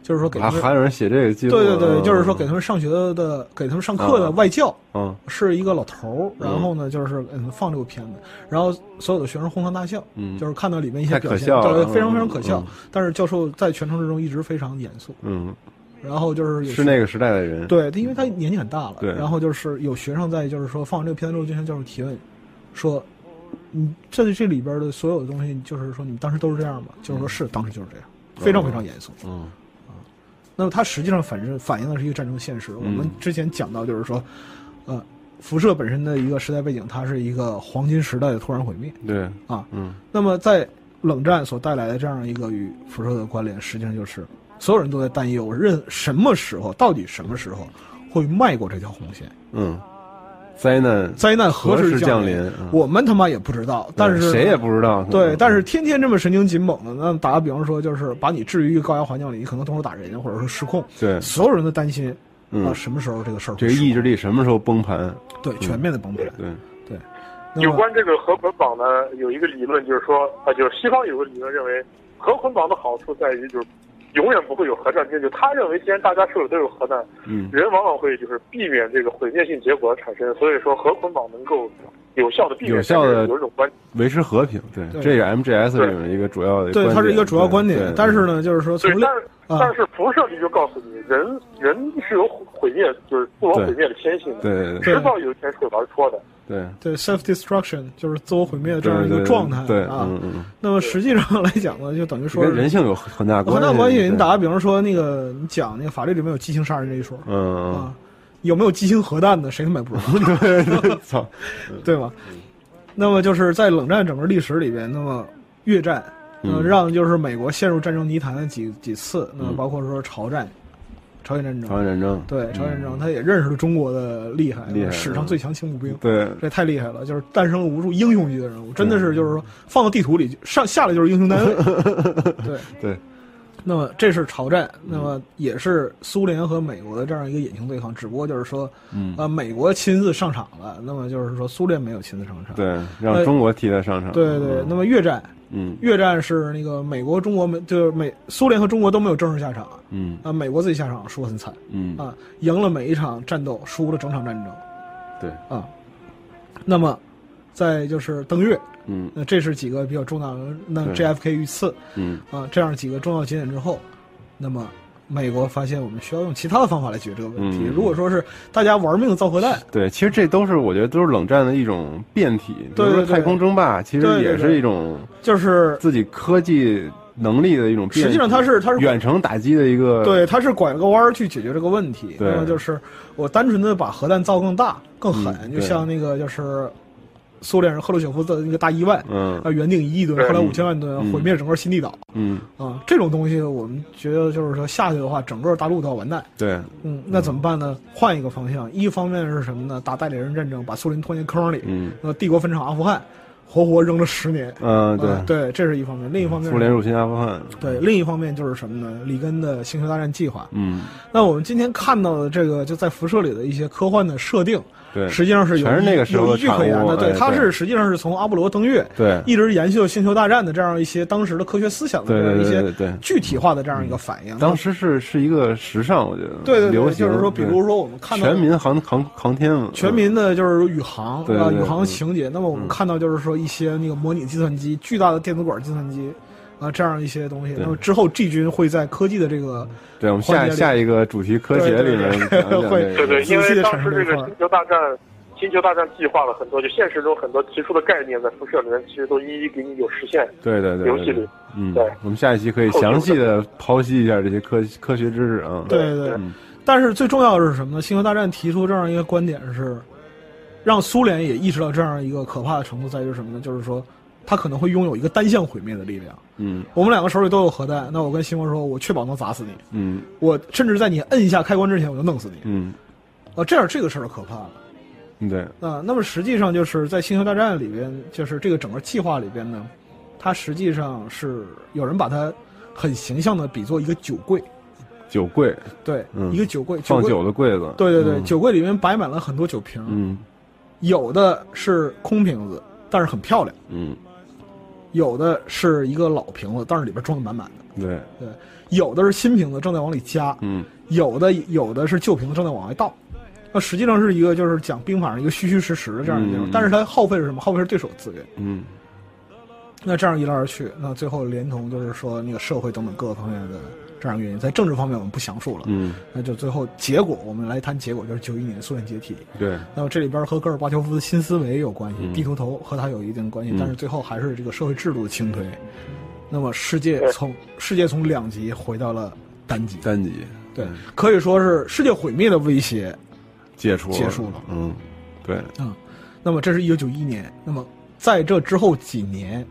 就是说给还他还们。有人写这个记录，对对对，嗯就是说给他们上学的、给他们上课的外教嗯是一个老头儿，然后呢就是嗯放这部片子，然后所有的学生哄堂大笑，嗯就是看到里面一些太表可现，笑了对嗯非常非常可笑嗯。但是教授在全程之中一直非常严肃，嗯，然后就是有是那个时代的人，，对，因为他年纪很大了，嗯对然后就是有学生在就是说放完这个片子之后就向教授提问，说。你这这里边的所有的东西，就是说你们当时都是这样吗？就是说是当时就是这样，非常非常严肃。啊嗯那么它实际上反正反映的是一个战争现实。我嗯们之前讲到，就是说，呃，辐射本身的一个时代背景，它是一个黄金时代的突然毁灭对，啊。嗯那么在冷战所带来的这样一个与辐射的关联，实际上就是所有人都在担忧，任什么时候，到底什么时候会迈过这条红线，嗯，灾难灾难何时降临？嗯我们他妈也不知道，但是谁也不知道，嗯对，但是是天天这么神经紧绷的，那打个比方说，就是把你置于一个高压环境里，你可能动手打人，或者说失控，对所有人都担心嗯啊，什么时候这个事儿会这个失控意志力嗯什么时候崩盘？对全面的崩盘。对，嗯那有么关这个核捆绑呢，有一个理论就是说，啊，就是西方有个理论认为，核捆绑的好处在于就是永远不会有核战争，就他认为既然大家手里都有核弹，嗯人往往会就是避免这个毁灭性结果的产生，所以说核捆绑能够有效的避免，有效地这是有一种观点，维持和平，对，对这也 MGS 里面一个主要的观点，对，它是一个主要观对点，但是，呢，就是说从另对，但是、啊但是辐射力就告诉你，人人是有毁灭，就是自我毁灭的天性的，对对对迟早有一天是有玩脱的，对，对 self destruction 就是自我毁灭的这样一对个对状态对，啊。嗯嗯，那么实际上来讲呢，就等于说哦跟人性有很大很关大关系。对你打个比方说，那个你讲那个法律里面有激情杀人这一说嗯啊，有没有激情核弹呢？谁他妈也不知道，啊嗯， 操， 对吗？那么就是在冷战整个历史里边，那么越战，嗯呃让就是美国陷入战争泥潭的几几次，那么包括说朝战、朝鲜战争朝、鲜战争，对朝鲜战争，他也认识了中国的厉害，厉害嗯史上最强轻步兵。对这太厉害了，就是诞生了无数英雄级的人物，真的是就是说放到地图里上下来就是英雄单位。 对，对，那么这是朝战，那么也是苏联和美国的这样一个隐形对抗，只不过就是说，嗯呃，美国亲自上场了，那么就是说苏联没有亲自上场。对，让中国替他上场，啊呃对对，那么越战，嗯越战是那个美国、中国没就是美苏联和中国都没有正式下场，啊、嗯美国自己下场输得很惨嗯，啊，赢了每一场战斗，输了整场战争。对，啊。那么，再就是登月，嗯那这是几个比较重大的，那对 JFK 遇刺嗯啊，这样几个重要节点之后，那么美国发现我们需要用其他的方法来解决这个问题。嗯如果说是大家玩命造核弹，对，其实这都是我觉得都是冷战的一种变体，比对如说对对太空争霸，其实对对也对是一种就是自己科技能力的一种变体。实际上它是它是远程打击的一个对，它是拐了个弯儿去解决这个问题。对那么就是我单纯的把核弹造更大、更狠，嗯就像那个就是苏联人赫鲁晓夫的那个大一万，嗯啊，原定一亿吨，后来五千万吨，嗯毁灭整个新地岛。嗯啊，这种东西我们觉得就是说下去的话，整个大陆都要完蛋。对嗯，那怎么办呢？换一个方向，一方面是什么呢？打代理人战争，把苏联拖进坑里，嗯那帝国分成阿富汗，活活扔了十年。嗯，啊对，嗯对，这是一方面。另一方面，苏联入侵阿富汗，对，另一方面就是什么呢？里根的星球大战计划。嗯，那我们今天看到的这个，就在辐射里的一些科幻的设定，对，实际上是有全是那个依时候有的依据可产物言的。哎它对是实际上是从阿波罗登月对一直延续到星球大战的这样一些当时的科学思想的对这样对一对些对对，具体化的这样一个反应。当时是是一个时尚，我觉得，对对流对，行，就是说，比对如说我们看到的全民航航航天嘛，全民的就是宇航，对啊，对宇航嗯情节。那么我们看到就是说一些那个模拟计算机、巨大的电子管计算机啊，这样一些东西。对那么之后 G 军会在科技的这个对，我们下环节里下一个主题科学里面对对对讲讲会对这个对，仔细因地为当产生时这这一个块儿星球大战，星球大战计划了很多，就现实中很多提出的概念在辐射里面其实都一一给你有实现。对对对，游戏对里，嗯对，我们下一期可以详细的剖析一下这些科科学知识啊，对对。嗯但是最重要的是什么呢？星球大战提出这样一个观点是，让苏联也意识到这样一个可怕的程度在于什么呢？就是说，它可能会拥有一个单向毁灭的力量。嗯我们两个手里都有核弹，那我跟西蒙说，我确保能砸死你，嗯我甚至在你摁一下开关之前我就弄死你。嗯啊，这样这个事儿可怕了。嗯，对，啊，那么实际上就是在《星球大战》里边，就是这个整个计划里边呢，它实际上是有人把它很形象的比作一个酒柜，酒柜对，嗯一个酒柜，放柜酒的柜子，对对对，嗯酒柜里面摆满了很多酒瓶，嗯有的是空瓶子，但是很漂亮；嗯，有的是一个老瓶子，但是里边装的满满的；对，有的是新瓶子正在往里加，嗯有的有的是旧瓶子正在往外倒。那实际上是一个就是讲兵法上一个虚虚实实的这样一个内容，嗯但是它耗费是什么？耗费是对手资源。嗯那这样一来二去，那最后连同就是说那个社会等等各个方面的这样原因，在政治方面我们不详述了。嗯，那就最后结果，我们来谈结果，就是九一年苏联解体。对，那么这里边和戈尔巴乔夫的新思维有关系，嗯地图头和他有一定的关系，嗯但是最后还是这个社会制度的倾推。那么世界从世界从两极回到了单极，单极对，可以说是世界毁灭的威胁。解除结束了，嗯，对，那么这是一九九一年，那么在这之后几年，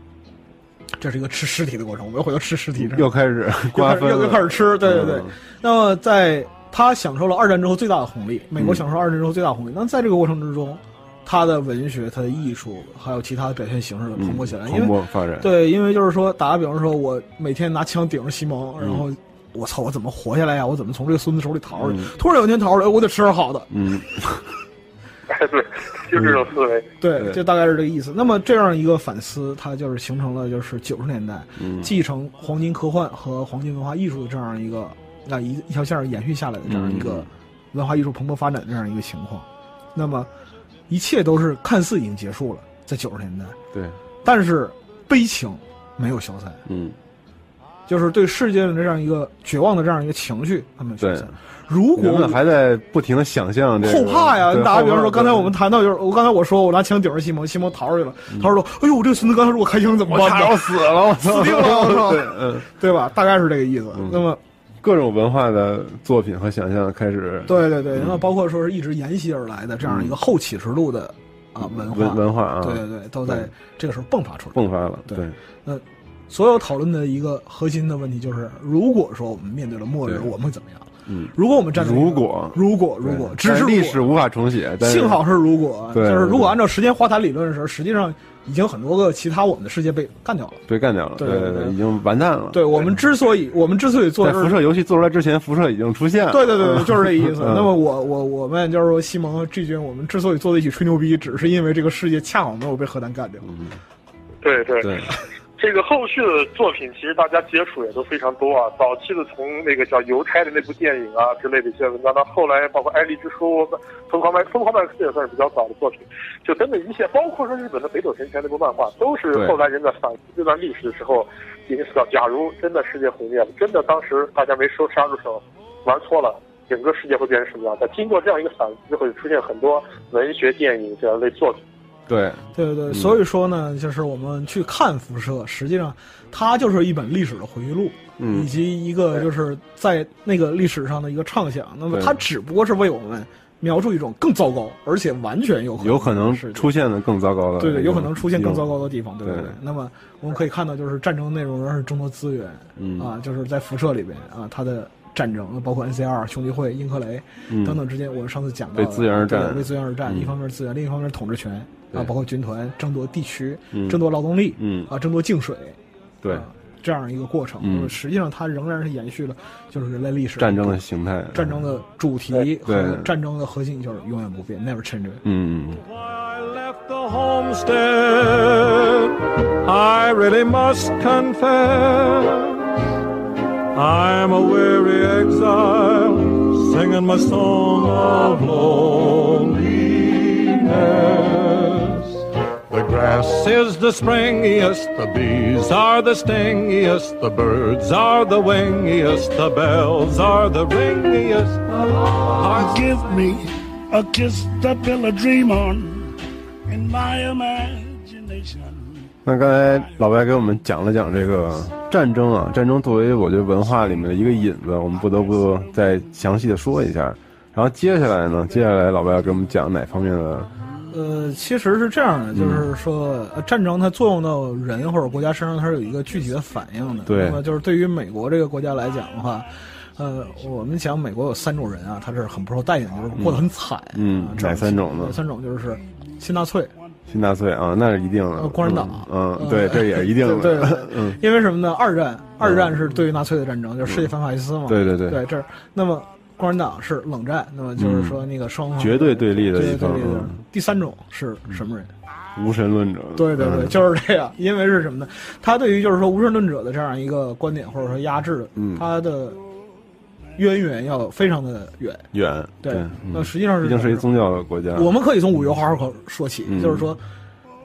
这是一个吃尸体的过程，我们又回到吃尸体这儿又开始瓜分又了，又开始吃，对对对。嗯那么在他享受了二战之后最大的红利，嗯美国享受二战之后最大的红利。那在这个过程之中，他的文学、他的艺术，还有其他的表现形式的嗯蓬勃起来，蓬因为勃发展，对，因为就是说，打个比方说，我每天拿枪顶着西蒙，嗯然后我操，我怎么活下来呀？我怎么从这个孙子手里逃出来？嗯突然有一天逃出来，哎我得吃点好的，嗯哎，对，就这种思维。对，对就大概是这个意思。那么这样一个反思，它就是形成了就是九十年代嗯，继承黄金科幻和黄金文化艺术的这样一个那一一条线儿延续下来的这样一个嗯文化艺术蓬勃发展的这样一个情况。那么一切都是看似已经结束了，在九十年代，对，但是悲情没有消散，嗯就是对世界的这样一个绝望的这样一个情绪，它没有消对散。如果人们还在不停的想象这后个怕呀！对你打个比方后说，怕刚才我们谈到就是，我刚才我说我拿枪顶着西蒙，西蒙逃出去了，他说：“哎呦，我这孙子刚才如果开枪怎么嗯办我差点呢要死了，我死操定了我操对，嗯，对吧？大概是这个意思。嗯那么，各种文化的作品和想象开始对对嗯对，那么包括说是一直沿袭而来的这样一个后启示录的啊文文化，文化啊，对对对，都在对这个时候迸发出来。迸发了，对对所有讨论的一个核心的问题就是，如果说我们面对了末日，对我们会怎么样？嗯，如果我们站在一个如果如果如果对只是但如果历史无法重写，但是幸好是如果，就对是如果对按照时间花坛理论的时候，实际上已经很多个其他我们的世界被干掉了。被干掉了，对对对对已经完蛋了，对我们之所以我们之所以做在这辐射游戏做出来之前，辐射已经出现了，对对对对， 嗯就是这意思。嗯那么我我我们就是说，西蒙和 G 军，我们之所以坐在一起吹牛逼，只是因为这个世界恰好没有被核弹干掉。嗯对对对，这个后续的作品，其实大家接触也都非常多啊。早期的从那个叫《邮差》的那部电影啊之类的一些文章，到后来包括《爱丽之书》《疯狂麦疯狂麦克斯》也算是比较早的作品，就等等一切，包括说日本的北斗神拳那部漫画，都是对后来人在反思这段历史的时候，已经知道，假如真的世界毁灭了，真的当时大家没收杀入手，玩错了。整个世界会变成什么样？在经过这样一个反思，会出现很多文学、电影这样类作品。对对对对，嗯所以说呢，就是我们去看《辐射》，实际上它就是一本历史的回忆录，以嗯及一个就是在那个历史上的一个畅想。那么对它只不过是为我们描述一种更糟糕，而且完全有可能有可能的世界出现的更糟糕的，对对，有可能出现更糟糕的地方，对对对对。那么我们可以看到，就是战争内容而是争夺资源，嗯啊，就是在辐射里边啊，它的战争包括 NCR 兄弟会、英克雷嗯等等之间，我们上次讲到的为资源而战对为资源而战，嗯一方面是资源，另一方面是统治权，啊，包括军团争夺地区、嗯争夺劳动力，嗯啊，争夺净水，对，啊这样一个过程。嗯就是实际上，它仍然是延续了就是人类历史战争的形态，战争的主题和对战争的核心就是永远不变，never change。嗯， I left the homestead, I really must confess. I'm a weary exile, singing my song of loneliness. The grass is the springiest, the bees are the stingiest, the birds are the wingiest, the bells are the ringiest. Oh, give me a kiss to build a dream on in my imagination. 那刚才老白给我们讲了讲这个战争啊，战争作为我觉得文化里面的一个引子，我们不得不再详细的说一下。然后接下来呢，接下来老白要给我们讲哪方面的？呃，其实是这样的，嗯就是说、呃战争它作用到人或者国家身上，它是有一个具体的反应的。对那么就是对于美国这个国家来讲的话，呃，我们讲美国有三种人啊，他是很不受待见的，就是过得很惨。啊嗯，哪三种呢有？三种就是新纳粹、新纳粹啊，那是一定的。共产党嗯，嗯，呃嗯对，这也是一定的。对对对 嗯，因为什么呢？二战，二战是对于纳粹的战争，就是世界反法西斯嘛。对对对嗯对，这儿那么共产党是冷战，那么就是说那个双方绝对对立的对一对对方，对嗯第三种是什么人？无神论者。对对对，嗯就是这样。因为是什么呢？他对于就是说无神论者的这样一个观点或者说压制嗯，他的渊源要非常的远。远。对嗯那实际上是毕竟是一宗教的国家。我们可以从五月花口说起，嗯就是说，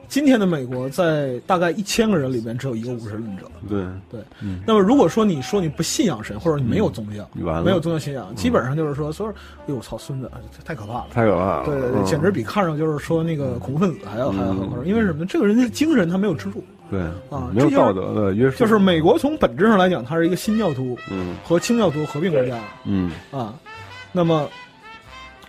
今天的美国在大概一千个人里面只有一个无神论者。对对，嗯那么如果说你说你不信仰神，或者你没有宗教，嗯完了没有宗教信仰，基本上就是说，所有人，哎呦我操，孙子这太可怕了。太可怕了。对对对，嗯简直比看上就是说那个恐怖分子还要还要嗯可怕，因为什么呢？这个人的精神他没有支柱，对嗯啊没有这就是道德的约束。就是美国从本质上来讲，它是一个新教徒嗯和清教徒合并国家嗯啊。那么，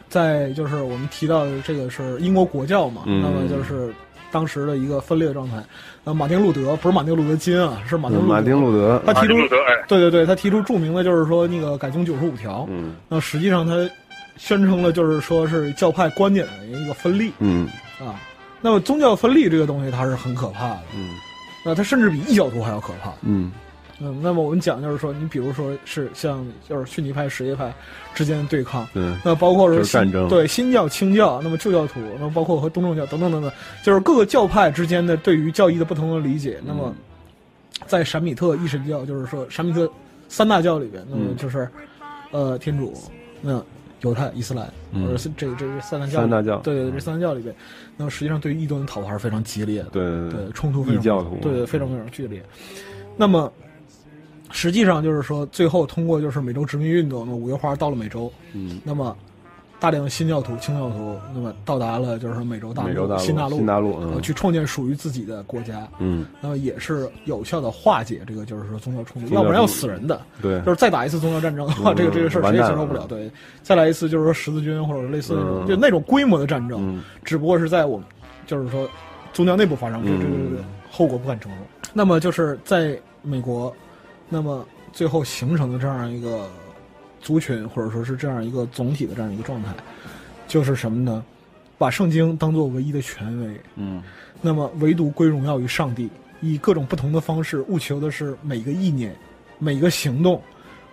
在就是我们提到的这个是英国国教嘛，嗯那么就是当时的一个分裂状态。那马丁路德不是马丁路德金啊，是马丁路德嗯马丁路德。他提出马丁路德哎对对对，他提出著名的就是说那个改宗九十五条，嗯那实际上他宣称了就是说是教派观点的一个分立嗯啊。那么宗教分立这个东西，它是很可怕的，嗯那它甚至比异教徒还要可怕。嗯嗯，那么我们讲就是说，你比如说是像就是逊尼派、什叶派之间的对抗，对那包括说就是战新争对新教、清教，那么旧教徒，那么包括和东正教等等等等，就是各个教派之间的对于教义的不同的理解。那嗯么在闪米特一神教，就是说闪米特三大教里边，那么嗯就是、呃天主、那犹太、伊斯兰，嗯或者是这这这三大教里，三大教对对对，这三大教里边，那么实际上对于异端的讨伐是非常激烈的。对对，冲突非嗯异常教徒。啊对对，非常非常剧烈。那么，实际上就是说，最后通过就是美洲殖民运动，那么五月花到了美洲，嗯。那么大量的新教徒、清教徒，那么到达了就是美洲大陆、美洲大陆、新大陆，新大陆，呃嗯，去创建属于自己的国家。嗯，那么也是有效的化解这个就是说宗教冲突，宗要教不然要冲突死人的。对，就是再打一次宗教战争的话，嗯 这个这个事儿完谁也蛋接受不了了。对，再来一次就是说十字军或者类似那种、嗯就那种规模的战争，嗯只不过是在我们就是说宗教内部发生，这这嗯这这后果不敢承受。那么就是在美国，那么最后形成的这样一个族群或者说是这样一个总体的这样一个状态，就是什么呢？把圣经当做唯一的权威，嗯那么唯独归荣耀于上帝，以各种不同的方式务求的是每个意念、每个行动，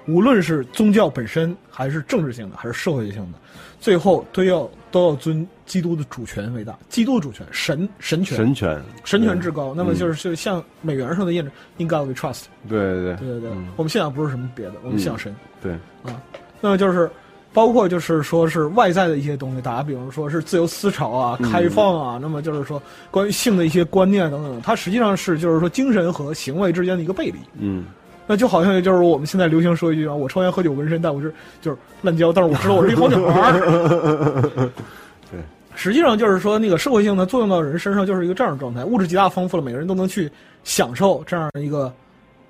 无论是宗教本身，还是政治性的，还是社会性的，最后都要都要尊基督的主权为大，基督的主权、神神权、神权，神权至高。那么嗯就是就像美元上的印证，In God we trust，对对对对对对，嗯我们信仰不是什么别的，我们信仰嗯神。对，那么就是包括就是说是外在的一些东西，打比方说是自由思潮啊、嗯开放啊，那么就是说关于性的一些观念等等，它实际上是就是说精神和行为之间的一个背离。嗯， 那就好像就是我们现在流行说一句啊，我抽烟喝酒纹身，但我是就是滥交，但是我知道我是一好女孩儿对，实际上就是说那个社会性呢作用到人身上就是一个这样的状态，物质极大丰富了，每个人都能去享受这样一个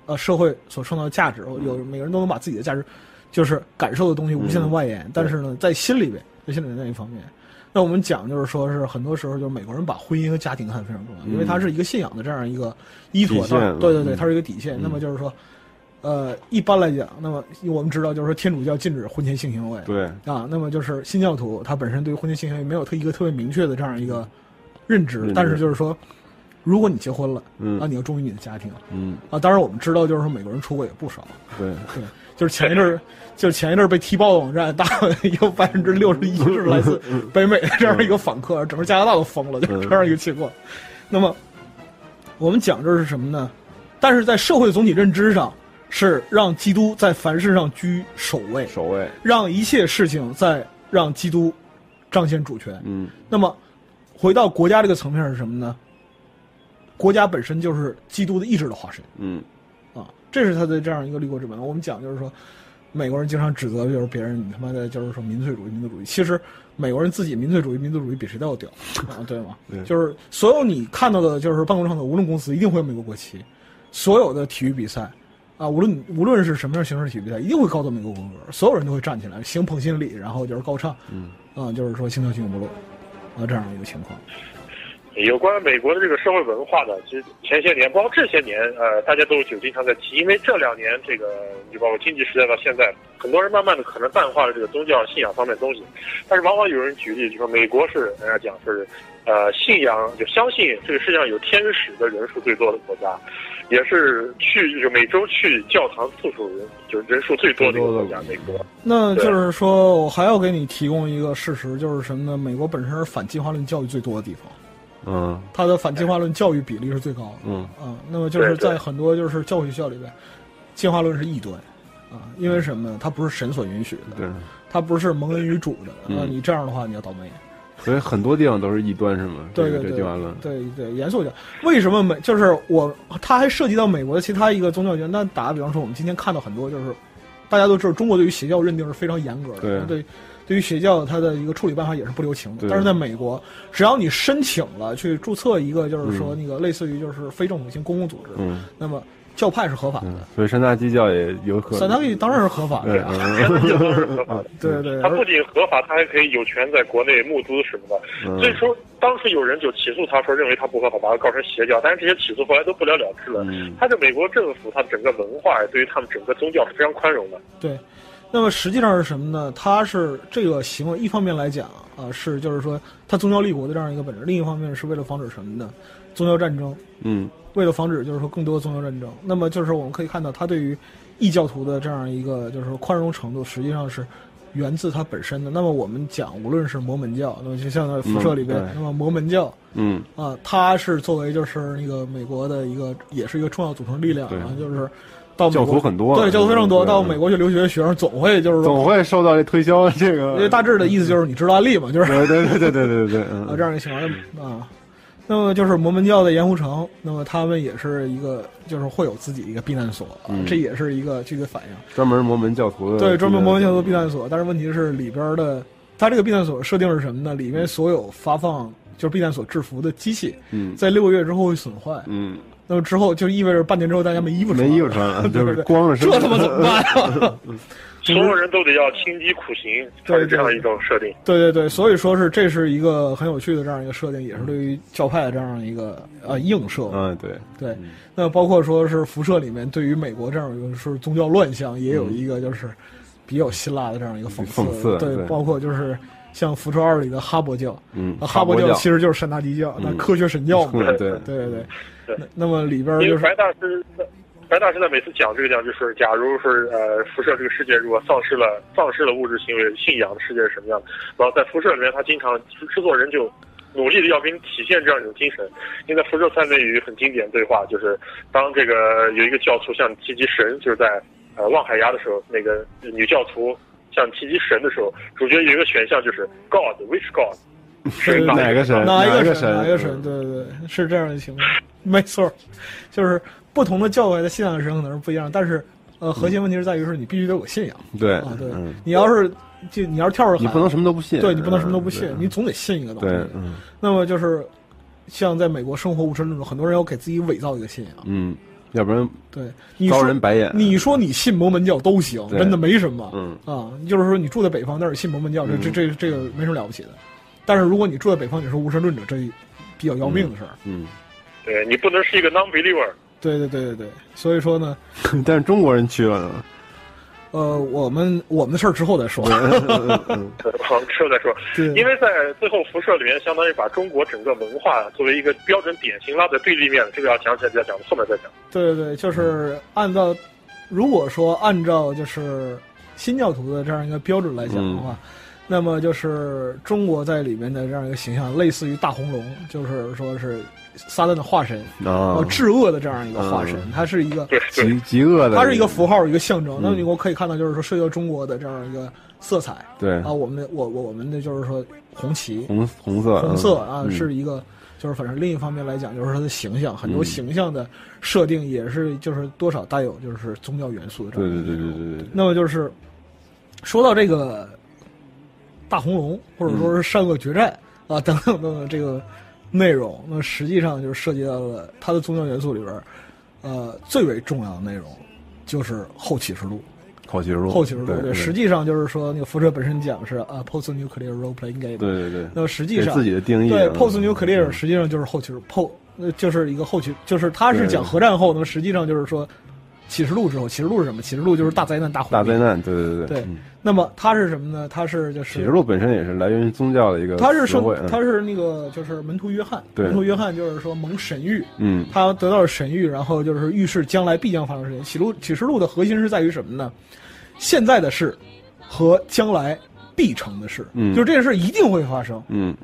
呃社会所创造的价值，有每个人都能把自己的价值就是感受的东西无限的外延，嗯但是呢，在心里边，在心里边那一方面。那我们讲就是说是很多时候就是美国人把婚姻和家庭看得非常重要，因为它是一个信仰的这样一个依托嗯底，线它对对对，嗯它是一个底线。那么就是说，呃，一般来讲，那么我们知道，就是说天主教禁止婚前性行为，对，啊，那么就是新教徒他本身对于婚前性行为没有特一个特别明确的这样一个认知，但是就是说，如果你结婚了，嗯啊，你要忠于你的家庭，嗯啊，当然我们知道，就是说美国人出轨也不少，对，对，就是前一阵儿，就是前一阵儿被踢爆的网站，大有百分之六十一是来自北美的这样一个访客，整个加拿大都疯了，就是这样一个情况。那么，我们讲这是什么呢？但是在社会总体认知上，是让基督在凡事上居首位，首位，让一切事情在让基督彰显主权。嗯那么，回到国家这个层面是什么呢？国家本身就是基督的意志的化身。嗯啊，这是他的这样一个立国之本。我们讲就是说，美国人经常指责就是别人你他妈的就是说民粹主义、民族主义。其实美国人自己民粹主义、民族主义比谁都 要屌啊，对吗？对就是所有你看到的，就是办公场所，无论公司一定会有美国国旗，所有的体育比赛。啊，无论无论是什么样形式体育比赛，一定会告诉美国国歌，所有人都会站起来，行捧心礼，然后就是高唱，嗯啊，就是说心跳永不漏，啊，这样一个情况。有关美国的这个社会文化呢，其实前些年，包括这些年，呃，大家都有经常在提，因为这两年这个，你包括经济时代到现在，很多人慢慢的可能淡化了这个宗教信仰方面的东西，但是往往有人举例就说，美国是人家讲是，呃，信仰就相信这个世界上有天使的人数最多的国家，也是去就每周去教堂次数人就是人数最多的一个国家，美国。那就是说，我还要给你提供一个事实，就是什么呢？美国本身是反进化论教育最多的地方，嗯它的反进化论教育比例是最高的。嗯啊，那么就是对在对很多就是教育学校里边，进化论是异端，啊，因为什么呢？它不是神所允许的，对，它不是蒙恩于主的。啊嗯那你这样的话，你要倒霉。所以很多地方都是异端，是吗？对这对个对，这地方论，对对，严肃一点。为什么美？就是我，它还涉及到美国的其他一个宗教圈。那打个比方说，我们今天看到很多就是，大家都知道中国对于邪教认定是非常严格的，对对，对于邪教它的一个处理办法也是不留情的。对但是在美国，只要你申请了去注册一个，就是说嗯那个类似于就是非政府性公共组织，嗯那么教派是合法的。所以山大基教也有可能，散堂义当然是合法的对，呀，嗯 对对，它而不仅合法，它还可以有权在国内募资什么的。 嗯所以说，当时有人就起诉他说认为他不合法，把他告成邪教，但是这些起诉后来都不了了之了。嗯他这美国政府，他整个文化对于他们整个宗教是非常宽容的。对，那么实际上是什么呢？它是这个行为，一方面来讲啊，是就是说它宗教立国的这样一个本质；另一方面是为了防止什么呢？宗教战争，嗯为了防止就是说更多的宗教战争。那么就是我们可以看到，它对于异教徒的这样一个就是说宽容程度，实际上是。源自它本身的。那么我们讲，无论是摩门教，那么就像在辐射里边，嗯对那么摩门教，嗯啊，它是作为就是那个美国的一个，也是一个重要组成力量啊，对就是到美国教徒很多对，教徒非常多。嗯到美国去留学的学生总会就是总说，会受到这推销这因为个，大致的意思就是你知道案例嘛，就是对对对对对对对，啊嗯这样一个情况啊。那么就是摩门教的盐湖城，那么他们也是一个，就是会有自己一个避难所，啊嗯这也是一个这个反应。专门摩门教徒的，对，专门摩门教徒避难所。但是问题是里边的，它这个避难所设定是什么呢？里面所有发放就是避难所制服的机器，嗯在六个月之后会损坏。嗯，那么之后就意味着半年之后大家没衣服穿，没衣服穿了，对就对是对光着身这子，他妈怎么办啊？ 所有人都得要轻疾苦行，它是这样一种设定。对对对，所以说是这是一个很有趣的这样一个设定，也是对于教派的这样一个呃映射。嗯，对，对，那包括说是辐射里面对于美国这样一个是宗教乱象，也有一个就是比较辛辣的这样一个讽刺。嗯讽刺对，对包括就是像辐射二里的哈勃教，嗯啊哈勃哈勃教其实就是山达基教，那嗯科学神教嘛。嗯对对对对对那那么里边因就为是白大师，白大师在每次讲这个讲，就是假如是呃辐射这个世界如果丧失了丧失了物质行为信仰的世界是什么样的，然后在辐射里面，他经常制作人就。努力的要给你体现这样一种精神，因为在《辐射三》内有一个很经典的对话，就是当这个有一个教徒向提及神，就是在呃望海崖的时候，那个女教徒向提及神的时候，主角有一个选项就是 God，which God，对神对对哪个神哪一个神哪一个神？？对对对，是这样的情况，没错儿，就是不同的教派的信仰的神可能是不一样，但是呃，核心问题是在于是你必须得有个信仰嗯对啊，对嗯，你要是就你要是跳着喊，你不能什么都不信，对你不能什么都不嗯信，对你总得信一个东对西。，嗯那么就是像在美国生活无神论中，很多人要给自己伪造一个信仰，嗯，要不然对，你遭说人白 眼你说你信摩门教都行，对真的没什么。嗯啊，就是说你住在北方，但是信摩门教，这这这这个没什么了不起的。但是如果你住在北方，你是无神论者，这比较要命的事儿。嗯，对你不能是一个 non-believer。对对对对对，所以说呢，但是中国人去了呢，呃，我们我们的事儿之后再说。好，嗯呃之后再说。因为在最后辐射里面，相当于把中国整个文化作为一个标准典型拉在对立面，这个要讲起来比较讲，后面再讲。对对对，嗯就是按照，如果说按照就是新教徒的这样一个标准来讲的话，嗯那么就是中国在里面的这样一个形象，类似于大红龙，就是说是撒旦的化身，啊呃，至恶的这样一个化身，嗯它是一个极极恶的，它是一个符号，一个象征。嗯那么你我可以看到，就是说涉及到中国的这样一个色彩。对啊，我们的我我我们的就是说红旗、红红色红色啊，嗯是一个就是反正另一方面来讲，就是它的形象，很多嗯形象的设定也是就是多少带有就是宗教元素的这对样。对对对对对，那么就是说到这个大红龙，或者嗯说是善恶决战、啊等等等等这个内容，那实际上就是涉及到了它的宗教元素里边儿，呃，最为重要的内容就是后启示录。好学术，后启示录哦对对，实际上就是说那个辐射本身讲的是啊 post nuclear role playing game，对对对那么实际上给自己的定义对嗯 post nuclear 实际上就是后启示 po 呃就是一个后启，就是它是对讲核战后，那么实际上就是说启示录之后，启示录是什么？启示录就是大灾难大毁大灭灾难，对对对对嗯，那么它是什么呢？它是就是启示录本身也是来源于宗教的一个他是社圣会，嗯，他是那个就是门徒约翰，对门徒约翰就是说蒙神谕，嗯他得到了神谕，然后就是预示将来必将发生的事情。启录启示录的核心是在于什么呢？现在的事和将来必成的事，嗯就是这件事一定会发生，嗯，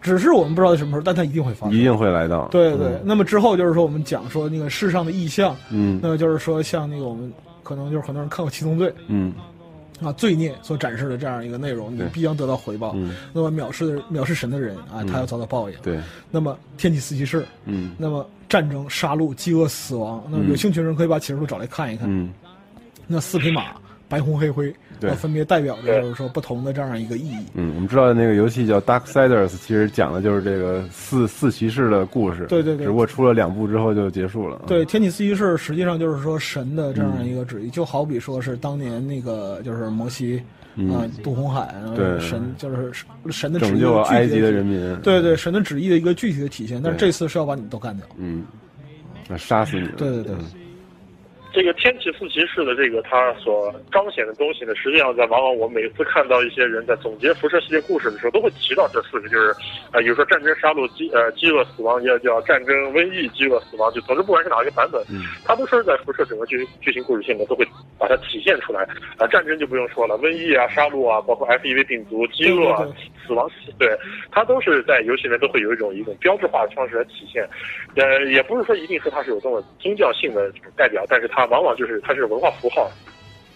只是我们不知道什么时候，但它一定会发生。一定会来到，对对，那么之后就是说我们讲说那个世上的意象，嗯那就是说像那个我们可能就是很多人看过《七宗罪》，嗯，啊罪孽所展示的这样一个内容，你对必将得到回报。嗯那么藐视的藐视神的人啊，嗯他要遭到报应。对，那么天启四骑士，嗯那么战争、杀戮、饥饿、死亡，那么嗯有兴趣的人可以把启示录找来看一看。嗯那四匹马，白红黑灰，对啊分别代表着就是说不同的这样一个意义。嗯，我们知道那个游戏叫 Darksiders，其实讲的就是这个四四骑士的故事，对对对只不过出了两部之后就结束了，对，天启四骑士实际上就是说神的这嗯样一个旨意，就好比说是当年那个就是摩西嗯啊、渡红海，然后对神就是神的旨意拯救的具体埃及的的体人民，嗯对对，神的旨意的一个具体的体现。但是对这次是要把你们都干掉。嗯，那杀死你，嗯对对对，这个天启四骑士的这个它所彰显的东西呢，实际上在往往我每次看到一些人在总结辐射系列故事的时候，都会提到这四个，就是呃，比如说战争、杀戮、饥呃饥饿、死亡，也叫战争、瘟疫、饥饿、死亡，就总之不管是哪一个版本，它都是在辐射整个剧剧情故事线里面都会把它体现出来。啊、战争就不用说了，瘟疫啊、杀戮啊，包括 FEV 病毒、饥饿啊、对对死亡，对，它都是在游戏里面都会有一种一种标志化的方式来体现。呃，也不是说一定说它是有这么宗教性的代表，但是它往往就是它是文化符号。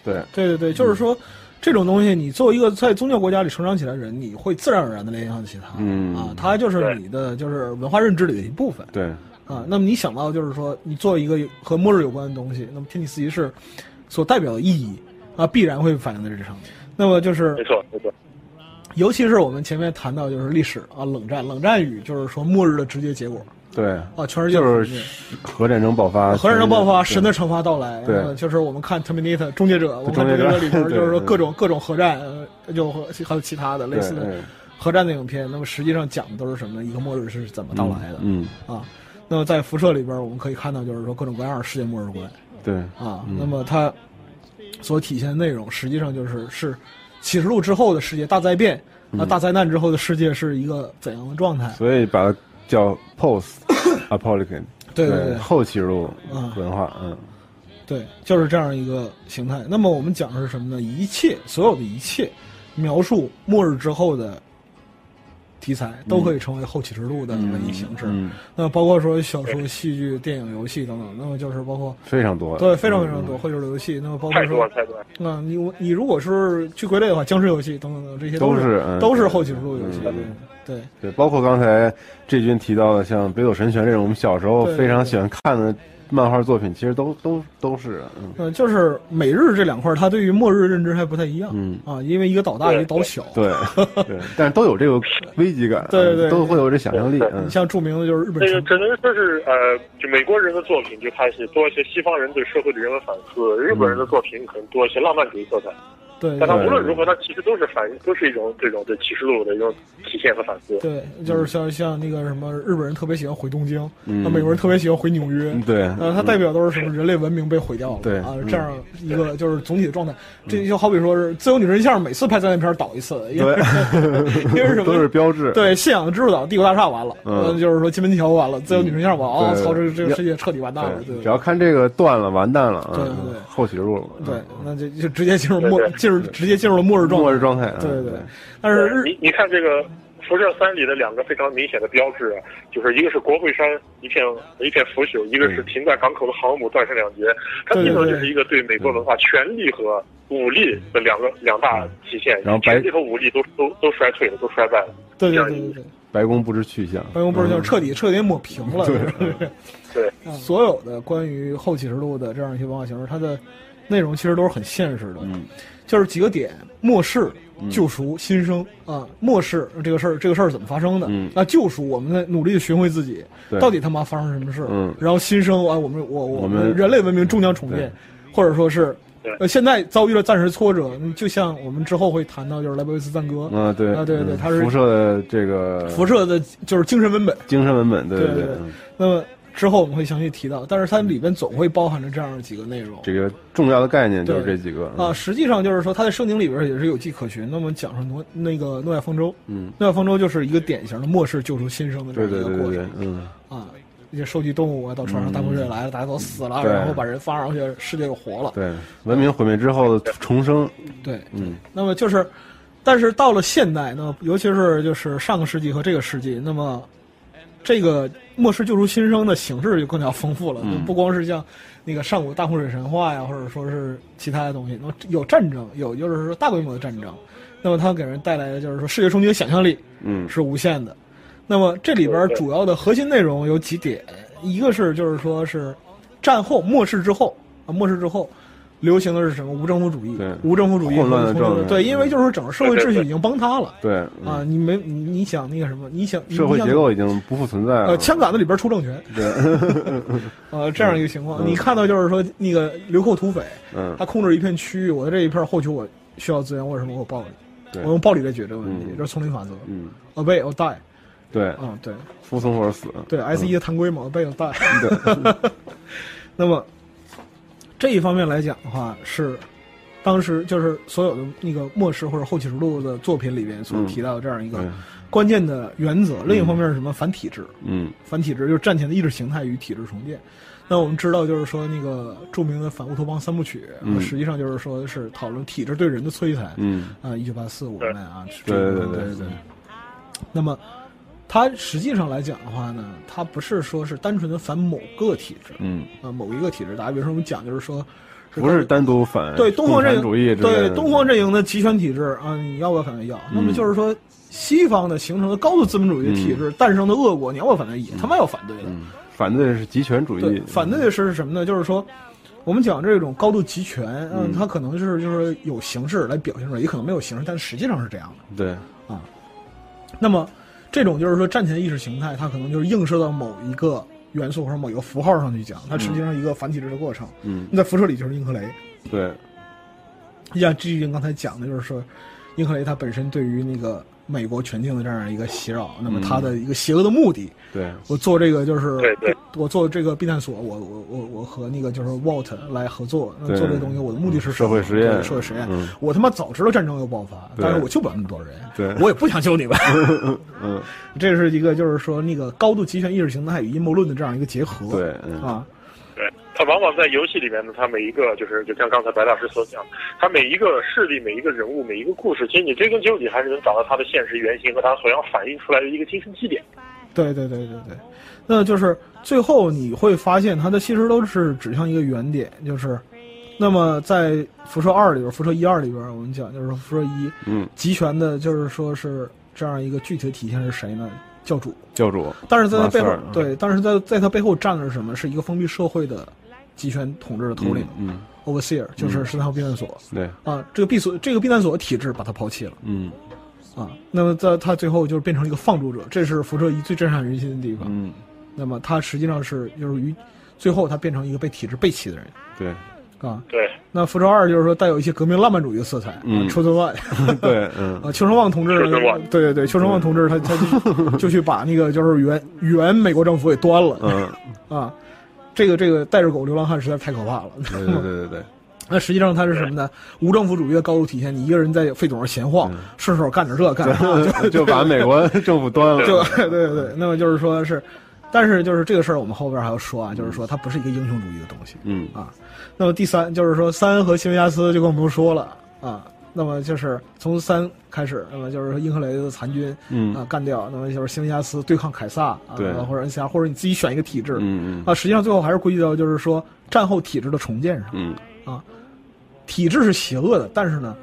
对对对对，就是说、嗯这种东西，你作为一个在宗教国家里成长起来的人，你会自然而然的联想起它。嗯啊，它就是你的就是文化认知里的一部分对，啊。那么你想到就是说，你做一个和末日有关的东西，那么天地四骑士所代表的意义啊，必然会反映在这上面。那么就是没错，没错，尤其是我们前面谈到就是历史啊，冷战，冷战语就是说末日的直接结果对，啊，全世界就是核战争爆发，核战争爆发，啊对神的惩罚到来，对然后就是我们看《Terminator》终结者，我们看《终结者里边 对就是说对各种各种核战，呃就和还有其他的类似的对对哎嗯核战的影片。那么实际上讲的都是什么呢？一个末日是怎么到来的？嗯啊，那么在辐射里边，我们可以看到就是说各种各样的世界末日观对啊。嗯那么它所体现的内容，实际上就是是启示录之后的世界大灾变。那嗯大灾难之后的世界是一个怎样的状态？所以把它叫 post apocalypse， 对对对后启示录嗯文化，嗯对，就是这样一个形态。那么我们讲的是什么呢？一切所有的一切，描述末日之后的题材，都可以成为后启示录的文艺形式。嗯，那包括说小说、戏剧、电影、游戏等等，那么就是包括非常多，对非常非常嗯多，或者游戏，那么包括太多说了，太多了。那啊你你如果是去归类的话，僵尸游戏等等等这些都是是嗯都是后启示录游戏。嗯对对，包括刚才志军提到的，像《北斗神拳》这种我们小时候对对非常喜欢看的漫画作品，其实都都都是， 嗯嗯，就是美日这两块儿，它对于末日认知还不太一样。嗯啊，因为一个岛大，一个岛小。对对，但是都有这个危机感，对对对嗯都会有这想象力，嗯你，像著名的就是日本这个神只能说是呃，就美国人的作品就开始多一些西方人对社会的人文反思，日本人的作品可能多一些浪漫主义色彩。对，但它无论如何，它其实都是反，都是一种这种对启示录的一种体现和反思。对，就是像像那个什么日本人特别喜欢回东京，嗯那美国人特别喜欢回纽约，对呃，它代表都是什么人类文明被毁掉了，对啊嗯，这样一个就是总体的状态。这就好比说是《自由女神像》，每次拍灾难片儿倒一次，因为 因为什么都是标志，对，信仰的支柱岛、帝国大厦完了，嗯呃就是说金门桥完了，自由女神像完了，对哦，操，这个对这个世界彻底完蛋了，对对，只要看这个断了，完蛋了啊！对对对后起入了，嗯对，那就就直接进入末，进入直接进入了末日状态，末日状态嗯对对。但是日你你看这个《辐射三》里的两个非常明显的标志啊，就是一个是国会山一片一片腐朽，一个是停在港口的航母断成两截。它嗯对对基本上就对是一个对美国文化权力和武力的两个两大体现，然后白权力和武力都都都衰退了，都衰败了。对对对对对，白宫不知去向，嗯白宫不是就彻底彻底抹平了，对就是对，所有的关于后启示录的这样一些文化形式，它的内容其实都是很现实的，嗯就是几个点：末世、救赎、新生啊。末世这个事儿，这个事儿怎么发生的？那救赎，我们在努力的寻回自己嗯对，到底他妈发生什么事？嗯然后新生啊，我们我我我们人类文明终将重对建，或者说是。呃，现在遭遇了暂时挫折，嗯就像我们之后会谈到，就是莱博维茨赞歌啊，对啊，对对，嗯他是辐射的这个辐射的，就是精神文本，精神文本，对对对对嗯那么之后我们会详细提到，但是它里边总会包含着这样的几个内容这个嗯重要的概念就是对这几个啊。实际上就是说，它在圣经里边也是有迹可循。那么讲上诺那个诺亚方舟，嗯，诺亚方舟就是一个典型的末世救赎新生的这对样对嗯一个对过对对程，嗯，啊。一些收集动物啊，到船上大部队来了，大家都死了，对然后把人放上去，世界又活了。对，文明毁灭之后的重生，对，嗯，那么就是，但是到了现代，那么尤其是就是上个世纪和这个世纪，那么这个末世救赎新生的形式就更加丰富了，嗯就不光是像那个上古大洪水神话呀，或者说是其他的东西，那么有战争，有就是说大规模的战争，那么它给人带来的就是说视觉冲击的想象力嗯是无限的。那么这里边对对主要的核心内容有几点，一个是就是说是战后末世之后啊，末世之后流行的是什么无政府主义对，无政府主义混乱的和同流状态嗯对，因为就是说整个社会秩序已经崩塌了对啊，嗯，你没你你想那个什么，你想社会结。你想构已经不复存在了呃，，枪杆子里边出政权，对， 呃，这样一个情况，嗯你看到就是说那个流寇土匪，嗯他控制一片区域，我在这一片后求我需要资源，我有什么我暴力，对我用暴力来解决这个问题嗯，这是丛林法则嗯， ，obey or die，对，啊，对，服从或者死，对 S 一的弹规嘛，我背影大。嗯对 那么这一方面来讲的话，是当时就是所有的那个末世或者后启示录的作品里边所提到的这样一个嗯关键的原则。另一方面是什么？反体制。嗯，反体制就是战前的意识形态与体制重建。那我们知道，就是说那个著名的反乌托邦三部曲，嗯实际上就是说是讨论体制对人的摧残。嗯啊，一九八四我们啊，对这对个对对对对。那么，它实际上来讲的话呢，它不是说是单纯的反某个体制，嗯，啊，某一个体制。打比如说，我们讲就是说，不是单独反对东方哎共阵产营主义之类的，对东方阵营的集权体制啊，你要不要反对？要。那嗯么就是说，西方的形成的高度资本主义的体制诞生的恶果，你要不要反对？也嗯他妈要反对的。反对的是集权主对义，，反对的是什么呢？就是说，我们讲这种高度集权，嗯，它可能就是就是有形式来表现出来，也可能没有形式，但实际上是这样的。对，那么，这种就是说战前意识形态，它可能就是映射到某一个元素或者某一个符号上去讲，它实际上一个反体制的过程。嗯，那在辐射里就是硬核雷，对，像季军刚才讲的，就是说，硬核雷它本身对于那个美国全境的这样一个袭扰，那么它的嗯一个邪恶的目的，对，我做这个就是对对我做这个避难所，我我我我和那个就是 Walt 来合作，那对嗯做这个东西，我的目的是什社么会实验，对社会实验。嗯我他妈早知道战争要爆发，对但是我救不了那么多人，对我也不想救你们。嗯，这是一个就是说那个高度集权意识形态与阴谋论的这样一个结合。对，嗯啊，对，它往往在游戏里面呢，它每一个就是就像刚才白大师所讲，它每一个势力、每一个人物、每一个故事，其实你追根究底还是能找到它的现实原型和它所要反映出来的一个精神基点。对对对对对，那就是最后你会发现它的其实都是指向一个原点，就是，那么在《辐射二》里边，《辐射一二》里边，我们讲就是《辐射一》嗯，集权的，就是说是这样一个具体的体现是谁呢？教主。教主，但是在他背后马塞尔，嗯对，但是在在他背后站的是什么？是一个封闭社会的集权统治的头领、嗯， overseer，就是十三号避难所、嗯对，啊。这个避所这个避难所体制把他抛弃了。嗯啊，那么在他最后就是变成了一个放逐者，这是辐射一最震撼人心的地方。嗯，那么他实际上是就是于最后他变成一个被体制背弃的人对， 啊，对。那《复仇二》就是说带有一些革命浪漫主义的色彩，嗯邱泽万，对，嗯，啊，邱成旺同志邱成旺，对对对，邱成旺同志他他 就就去把那个就是原原美国政府给端了，嗯，啊，这个这个带着狗流浪汉实在是太可怕了， 对对对对对，那实际上它是什么呢？无政府主义的高度体现，你一个人在废土上闲晃，嗯顺手干点这 干那，就就把美国政府端了，就 对对对，那么就是说是，但是就是这个事儿，我们后边还要说啊，就是说它不是一个英雄主义的东西。嗯啊，那么第三就是说三和新维加斯就跟我们都说了啊，那么就是从三开始，那么就是英格雷的残军嗯啊干掉，那么就是新维加斯对抗凯撒啊，对或者 NCR，或者你自己选一个体制，嗯嗯啊，实际上最后还是归结到就是说战后体制的重建上。嗯啊，体制是邪恶的，但是呢，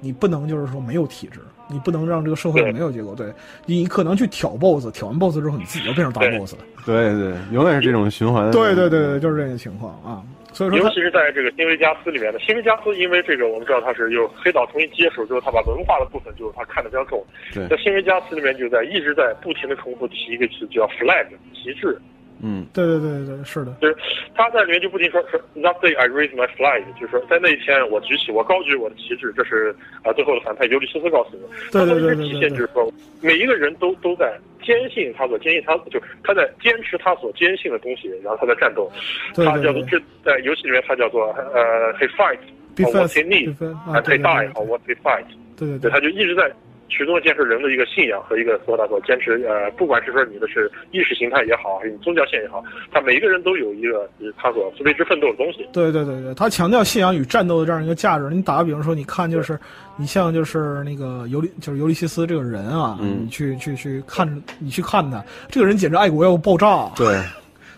你不能就是说没有体制，你不能让这个社会没有结构。对你可能去挑 BOSS，挑完 BOSS 之后，你自己就变成大 BOSS 了。对对，永远是这种循环，对对对对，就是这个情况啊。所以说尤他，其是在这个新维加斯里面的新维加斯，因为这个我们知道它是由黑岛重新接手，就是它把文化的部分就是它看得比较重。对在新维加斯里面就在一直在不停的重复提一个词叫 flag 旗帜，嗯，对对对对对，是的，就是他在里面就不停说说 That day I raised my flag，就是说在那一天我举起我高举我的旗帜，这是啊、呃最后的反派尤利修斯告诉我。对对对这体对对现就对是说，每一个人都都在坚信他所坚信他，就是他在坚持他所坚信的东西，然后他在战斗。对他对叫做这在游戏里面，他叫做呃，he fight Be or what fast, he need be fast，啊 and 对对 he die 对 or what he fight。对对对，对他就一直在始终地坚持人的一个信仰和一个所打所坚持。呃，不管是说你的是意识形态也好，还是你宗教信仰也好，他每一个人都有一个就是他所为之奋斗的东西。对对对对，他强调信仰与战斗的这样一个价值。你打个比方说，你看就是，你像就是那个尤利，就是尤利西斯这个人啊，嗯你去去去看，你去看他，这个人简直爱国要爆炸啊、对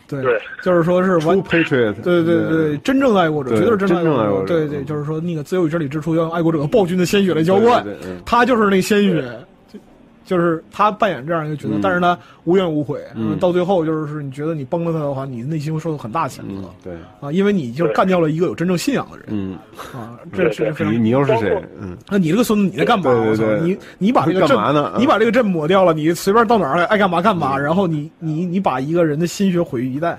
对对就是说是完 True patriot，嗯对对对，真正的爱国者，对绝对是真的正爱爱国者。国者对嗯对，就是说那个自由与真理之初，要用爱国者和暴君的鲜血来浇灌对对对嗯，他就是那鲜血，就就是他扮演这样一个角色嗯，但是他无怨无悔。嗯到最后就是你觉得你崩了他的话，你内心会受到很大谴责嗯对，啊，因为你就是干掉了一个有真正信仰的人嗯，啊，这是非你常。你又是谁？嗯，那你这个孙子你在干嘛？对对我操对你你把这个干镇嘛呢嗯你把这个镇抹掉了，你随便到哪儿来爱干嘛干嘛，然后你你你把一个人的心血毁于一旦，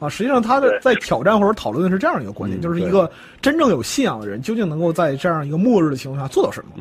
啊，实际上他的在挑战或者讨论的是这样一个观点，嗯就是一个真正有信仰的人究竟能够在这样一个末日的情况下做到什么？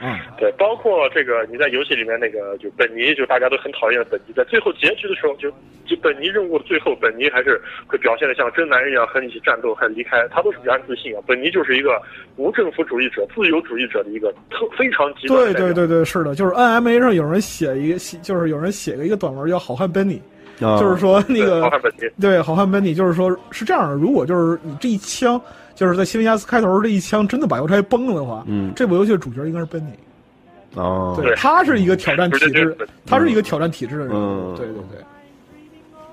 嗯，对，包括这个你在游戏里面那个就本尼，就大家都很讨厌的本尼，在最后结局的时候，就就本尼任务的最后，本尼还是会表现的像真男人一样和你一起战斗，还离开，他都是燃自信啊。本尼就是一个无政府主义者、自由主义者的一个特非常极端的对代表对对对，是的，就是 NMA 上有人写一个，就是有人写了一个短文叫《好汉 Benny》，啊就是说那对个好汉本尼。对，好汉本尼就是说，是这样的，如果就是你这一枪，就是在新维加斯开头这一枪真的把邮差崩了的话，嗯这部游戏的主角应该是本尼，哦，对，他是一个挑战体对对制对，他是一个挑战体制的人物，嗯对对对，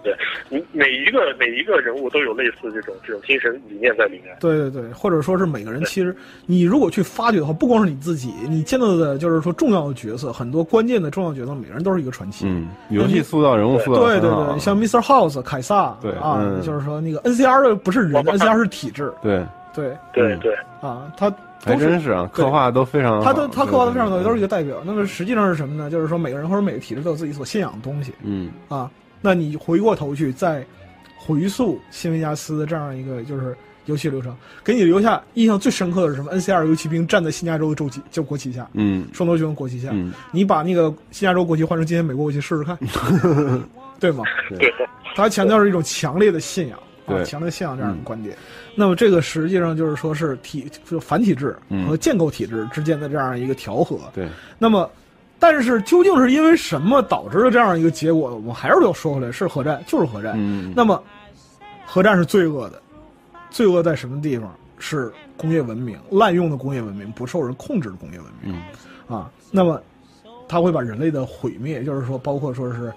对，你每一个每一个人物都有类似这种这种精神理念在里面。对对对，或者说是每个人其实你如果去发掘的话，不光是你自己，你见到的就是说重要的角色，很多关键的重要角色，每个人都是一个传奇，嗯，游戏塑造人物塑造对得对很好对，像 Mr. House 凯撒，对啊，嗯就是说那个 NCR 不是人包括他，NCR 是体制，对，对对嗯对，啊，他还都真是啊，对刻画都非常好，他都他刻画的非常多，对嗯都是一个，代表。那么实际上是什么呢？就是说每个人或者每个体制都有自己所信仰的东西嗯啊。那你回过头去再回溯新维加斯的这样一个就是游戏流程，给你留下印象最深刻的是什么？NCR 游骑兵站在新加州的州旗就国旗下，嗯双头熊国旗下，嗯，你把那个新加州国旗换成今天美国国旗试试 看，对吗？对，他强调是一种强烈的信仰，啊，对嗯强烈信仰这样的观点。那么这个实际上就是说是体就是反体制嗯和建构体制之间的这样一个调和。对，那么，但是究竟是因为什么导致了这样一个结果？我们还是要说回来，是核战，就是核战。嗯那么，核战是罪恶的，罪恶在什么地方？是工业文明滥用的工业文明，不受人控制的工业文明。嗯啊，那么它会把人类的毁灭，就是说，包括说是，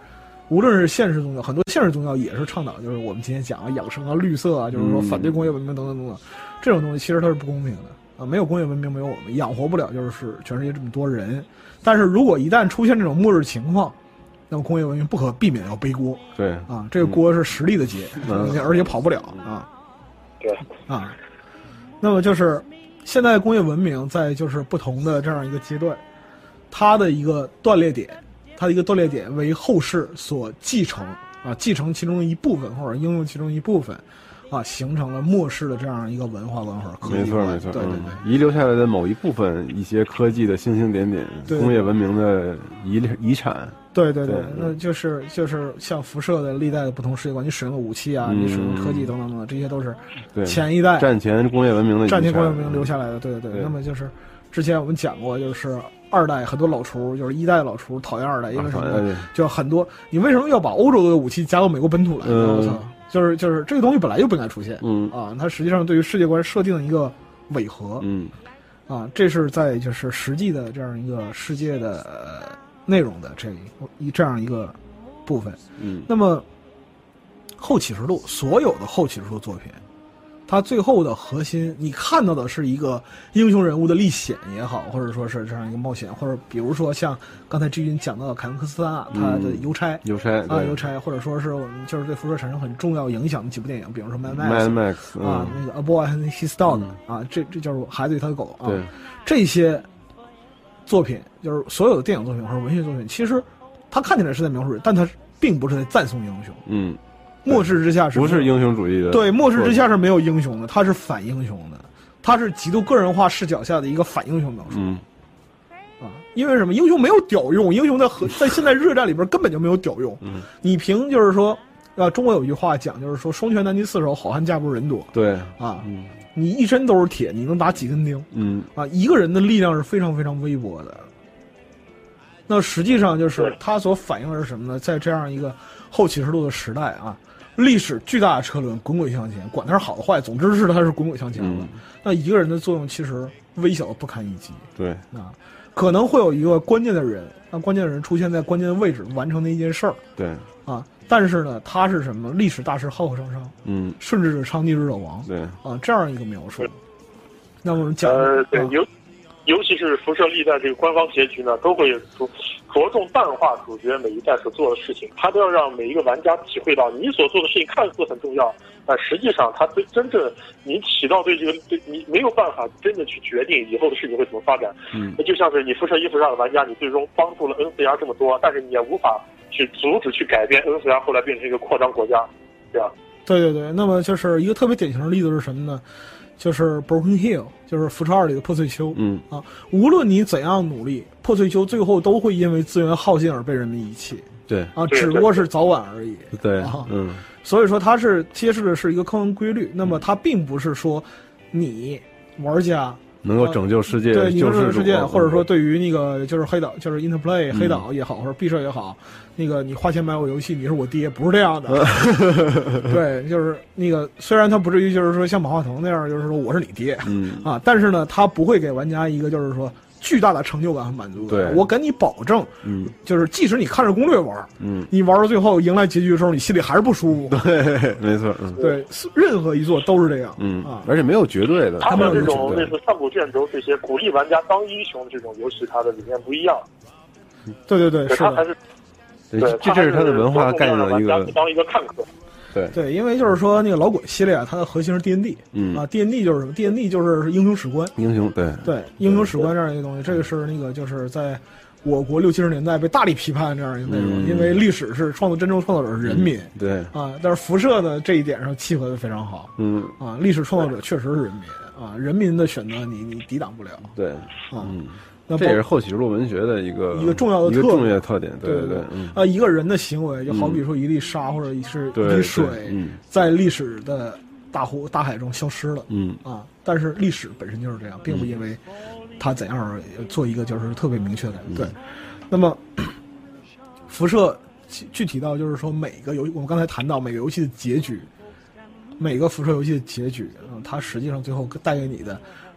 无论是现实宗教，很多现实宗教也是倡导，就是我们今天讲啊，养生啊、绿色啊，就是说嗯反对工业文明等等等等，这种东西其实它是不公平的啊，没有工业文明，没有我们养活不了，就是全世界这么多人。但是如果一旦出现这种末日情况，那么工业文明不可避免要背锅对啊，这个锅是实力的结，嗯 而且跑不了啊。对，啊。那么就是现代工业文明在就是不同的这样一个阶段，它的一个断裂点，它的一个断裂点为后世所继承啊，继承其中一部分或者应用其中一部分，啊，形成了末世的这样一个文化文化。没错没错，对对对。嗯遗留下来的某一部分一些科技的星星点点，对工业文明的遗遗产。对对对对，那就是就是像辐射的历代的不同世界观，你使用的武器啊，嗯你使用的科技等等等等，这些都是对，前一代战前工业文明的遗战产前啊工业文明留下来的。对对对。对那么就是之前我们讲过，就是二代很多老厨，就是一代老厨讨厌二代，因为什么啊讨厌呢对？就很多你为什么要把欧洲的武器加到美国本土来呢？嗯我操，就是就是这个东西本来就不应该出现。嗯啊，它实际上对于世界观设定的一个违和。嗯啊，这是在就是实际的这样一个世界的、呃内容的这一一这样一个部分。嗯那么后启示录所有的后启示录作品，它最后的核心，你看到的是一个英雄人物的历险也好，或者说是这样一个冒险，或者比如说像刚才志云讲到的凯文科斯塔纳他的嗯邮差。邮差啊，对邮差，或者说是我们就是对辐射产生很重要影响的几部电影，比如说《Mad Mad Max，嗯啊，那个《A Boy and His Dog》啊，这这就是孩子与他的狗啊对，这些作品，就是所有的电影作品或者文学作品，其实它看起来是在描述人，但它并不是在赞颂英雄。嗯，末世之下是不是英雄主义的？对，末世之下是没有英雄的，它是反英雄的，它是极度个人化视角下的一个反英雄描述。嗯因为什么？英雄没有屌用，英雄在和在 现在热战里边根本就没有屌用。嗯，你凭就是说，啊，中国有句话讲，就是说双拳难敌四手，好汉架不住人多。对啊，你一身都是铁，你能打几根钉？嗯啊，一个人的力量是非常非常微薄的。那实际上就是它所反映的是什么呢？在这样一个后启示录的时代啊，历史巨大的车轮滚滚向前，管它是好的坏，总之是它是滚滚向前的。嗯，那一个人的作用其实微小的不堪一击对，啊，可能会有一个关键的人，让关键的人出现在关键的位置，完成那一件事儿对，啊。但是呢，他是什么？历史大师浩浩汤汤，嗯，甚至是上帝之者王对，啊，这样一个描述。那我们讲呃，对嗯啊，尤尤其是辐射历代这个官方结局呢，都会着着重淡化主角每一代所做的事情，他都要让每一个玩家体会到，你所做的事情看似很重要，但实际上他对真正你起到对这个对你没有办法真的去决定以后的事情会怎么发展。嗯那就像是你辐射一、辐射二的玩家，你最终帮助了 NCR 这么多，但是你也无法去阻止、去改变 NCR 后来变成一个扩张国家，这样。对对对，那么就是一个特别典型的例子是什么呢？就是《Broken Hill》，就是《辐射二》里的破碎丘。嗯啊，无论你怎样努力，破碎丘最后都会因为资源耗尽而被人们遗弃对啊，只不过是早晚而已。对啊，嗯所以说，它是揭示的是一个客观规律。那么，它并不是说你玩家能够拯救世界，对，你救们这世个主世界，或者说嗯对于那个就是黑岛，就是 Interplay 嗯黑岛也好，或者毕设也好，那个你花钱买我游戏，你是我爹，不是这 样的。对，就是那个虽然他不至于就是说像马化腾那样，就是说我是你爹嗯啊，但是呢，他不会给玩家一个就是说巨大的成就感和满足感。对我敢你保证，嗯就是即使你看着攻略玩，嗯，你玩到最后迎来结局的时候，你心里还是不舒服。对，没错，嗯对，任何一座都是这样。嗯啊，而且没有绝对的，他们这呃没有种绝类对似上古卷轴这些鼓励玩家当英雄这种游戏，它的理念不一样，对对对，对，是它的还。是对对，这这是他的文化概念的一它还是着重要让玩家，个当一个看客，对，对，因为就是说那个老滚系列啊，它的核心是 D N D，嗯啊，D N D 就是什么？D N D 就是英雄史观，英雄，对，对，英雄史观这样一个东西，这个是那个就是在我国六七十年代被大力批判的这样一个内容，嗯因为历史是创作真正创作者是人民、对，啊，但是辐射呢这一点上契合的非常好嗯，啊，历史创作者确实是人民啊，人民的选择你你抵挡不了对，啊，嗯，那这包也是后启示录文学的一个一个重要的一个特重要的特点，对对对嗯，啊，一个人的行为就好比说一粒沙或者是一对滴水对，嗯在历史的大湖大海中消失了，嗯啊，但是历史本身就是这样，并不因为它怎样而做一个就是特别明确的改嗯变对。那么 辐射具具体到就是说每个游我们刚才谈到每个游戏的结局，每个辐射游戏的结局，嗯，它实际上最后带给你的。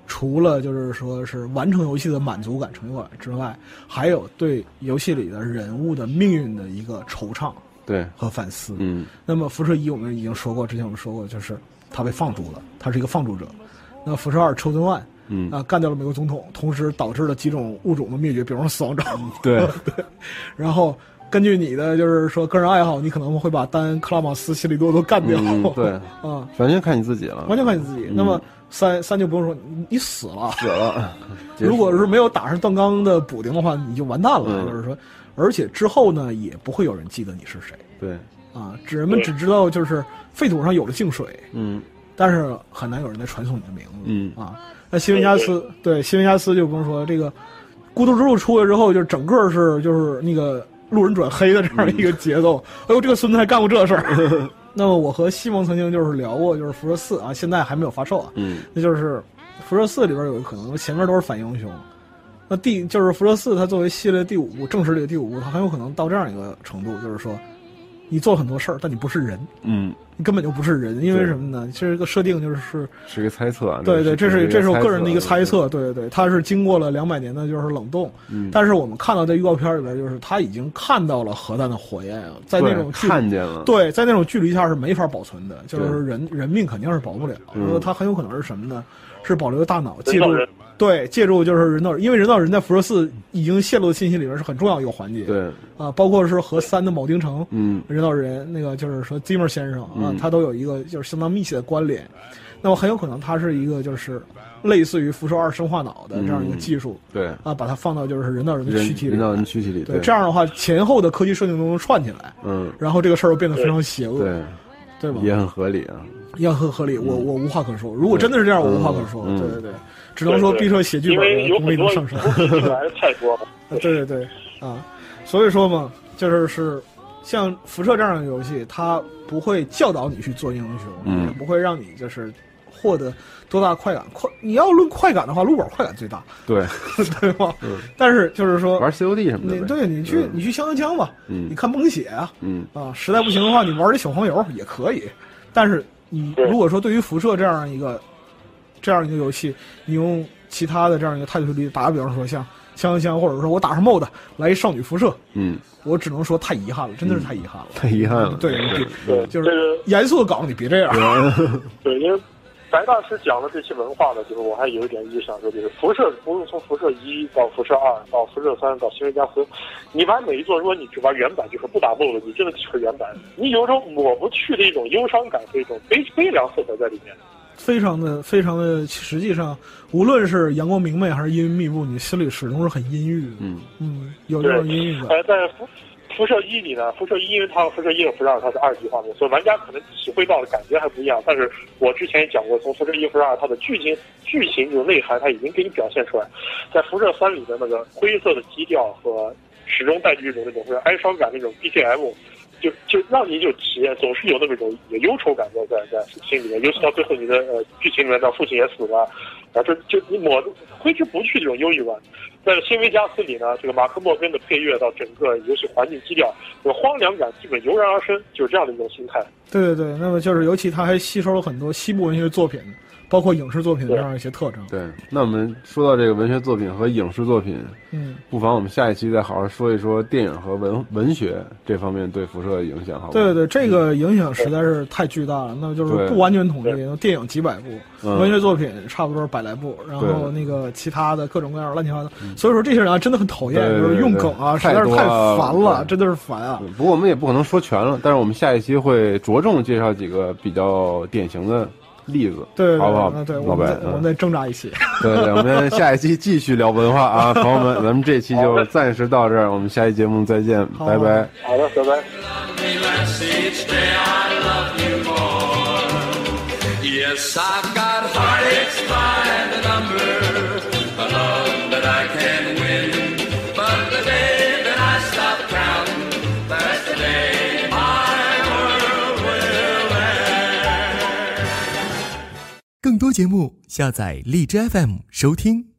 除了就是说是完成游戏的满足感、成就感之外，还有对游戏里的人物的命运的一个惆怅对，和反思。嗯 那么辐射一我们已经说过，之前我们说过，就是他被放逐了，他是一个放逐者。那辐射二抽真万嗯啊，干掉了美国总统，同时导致了几种物种的灭绝，比方说死亡藻。对 对。然后根据你的就是说个人爱好，你可能会把丹克拉玛斯、西里多都干掉。嗯对啊，完全看你自己了，完全看你自己。那么三三就不用说，你你死了。死了，结束如果是没有打上断缸的补丁的话，你就完蛋了。嗯就是说，而且之后呢，也不会有人记得你是谁。对，啊，只人们只知道就是废土上有了净水，嗯但是很难有人来传颂你的名字。嗯啊，那新闻加斯对新闻加斯就跟我说，这个《孤独之路》出来之后，就整个是就是那个路人转黑的这样一个节奏。 哎呦，这个孙子还干过这事儿。 那么我和西蒙曾经就是聊过，就是辐射四啊，现在还没有发售啊。嗯那就是辐射四里边有一个可能，前面都是反英雄。那第就是辐射四，它作为系列第五部，正式这个第五部，它很有可能到这样一个程度，就是说，你做了很多事儿，但你不是人，嗯，你根本就不是人，因为对什么呢？其实这个设定就是，是个猜测啊。对对，这是这是我个人的一个猜测。啊测，对对对，它是经过了两百年的就是冷冻，嗯，但是我们看到在预告片里边，就是他已经看到了核弹的火焰啊，在那对种距看见了，对，在那种距离下是没法保存的，就对是人人命肯定是保不了。嗯说它很有可能是什么呢？是保留大脑，借造助人对借助就是人造，因为人造人在辐射四已经泄露的信息里面是很重要一个环节。对，啊，包括是和三的铆钉城，嗯人造人那个就是说 Zimmer 先生啊嗯，他都有一个就是相当密切的关联。那么很有可能它是一个就是类似于辐射二生化脑的这样一个嗯技术。对，啊，把它放到就是人造人的人躯体里人面，造人躯体里，对，这样的话前后的科技设定都能串起来，嗯，然后这个事儿又变得非常邪恶，对，对吧？也很合理啊。也很合理，我我无话可说。如果真的是这样，我无话可说。嗯对对对，只能说对毕设写剧因本为的有功力能很多上升。题来的太多了。对对对啊，所以说嘛，就是是像辐射这样的游戏，它不会教导你去做英雄，嗯也不会让你就是获得多大快感。快，你要论快感的话，撸管快感最大， 对，对吧？但是就是说，玩 COD 什么呃你的呗。对你去嗯你去香烟枪吧，嗯你看崩血啊，嗯啊，实在不行的话，你玩点小黄油也可以。但是你如果说对于辐射这样一个这样一个游戏，你用其他的这样一个态度去理解，打个比方说像香香香，或者说我打上 MOD 来一少女辐射，嗯，我只能说太遗憾了，真的是 太遗憾了。太遗憾了。对，你嗯对，就这是个严肃的搞，你别这样。对，因为白大师讲的这些文化呢，就是我还有一点一直想说，就是辐射不用从辐射一到辐射二到辐射三到新维加斯，你玩每一座，如果你只玩原版，就是不打 BOSS，你真的就是原版，你有种抹不去的一种忧伤感和一种悲悲凉色彩在里面。非常的非常的，实际上无论是阳光明媚还是阴云密布，你心里始终是很阴郁的。嗯嗯，有这对种阴郁感。呃，在辐辐射一里呢，辐射一因为它和辐射一和辐射二它是二级画面，所以玩家可能体会到的感觉还不一样。但是我之前也讲过，从辐射一、辐射二它的剧情、剧情这种内涵，它已经给你表现出来。在辐射三里的那个灰色的基调和始终带着一种那种或者哀伤感那种 BGM。就就让你有体验，总是有那么一种忧愁感在在在心里面，尤其到最后你的呃剧情里面，到父亲也死了，啊，就就你抹挥之不去这种忧郁感，在《新维加斯》里呢，这个马克·莫根的配乐到整个游戏环境基调，有荒凉感基本油然而生，就是这样的一种心态。对对对，那么就是尤其他还吸收了很多西部文学作品，包括影视作品的对这样一些特征。对，那我们说到这个文学作品和影视作品，嗯，不妨我们下一期再好好说一说电影和文文学这方面对辐射的影响，好吧？对对，对，这个影响实在是太巨大了。那么就是对不完全统计，电影几百部，嗯文学作品差不多百来部，然后对嗯那个其他的各种各样乱七八糟。所以说这些人啊，真的很讨厌，对对就对是用梗啊，实太在是多太了烦了，对真的是烦啊。嗯不过我们也不可能说全了，但是我们下一期会着重介绍几个比较典型的例子，对对好不对好？，那对，我老白们，再我们嗯再挣扎一期。对对，我们下一期继续聊文化啊，朋友们，咱们这期就暂时到这儿，我们下期节目再见，好拜拜。好的，拜拜。 Yes, I've got heartaches by the number, a love that I can win. But the day that I stop counting, that's the day my world. 更多节目，下载荔枝 FM 收听。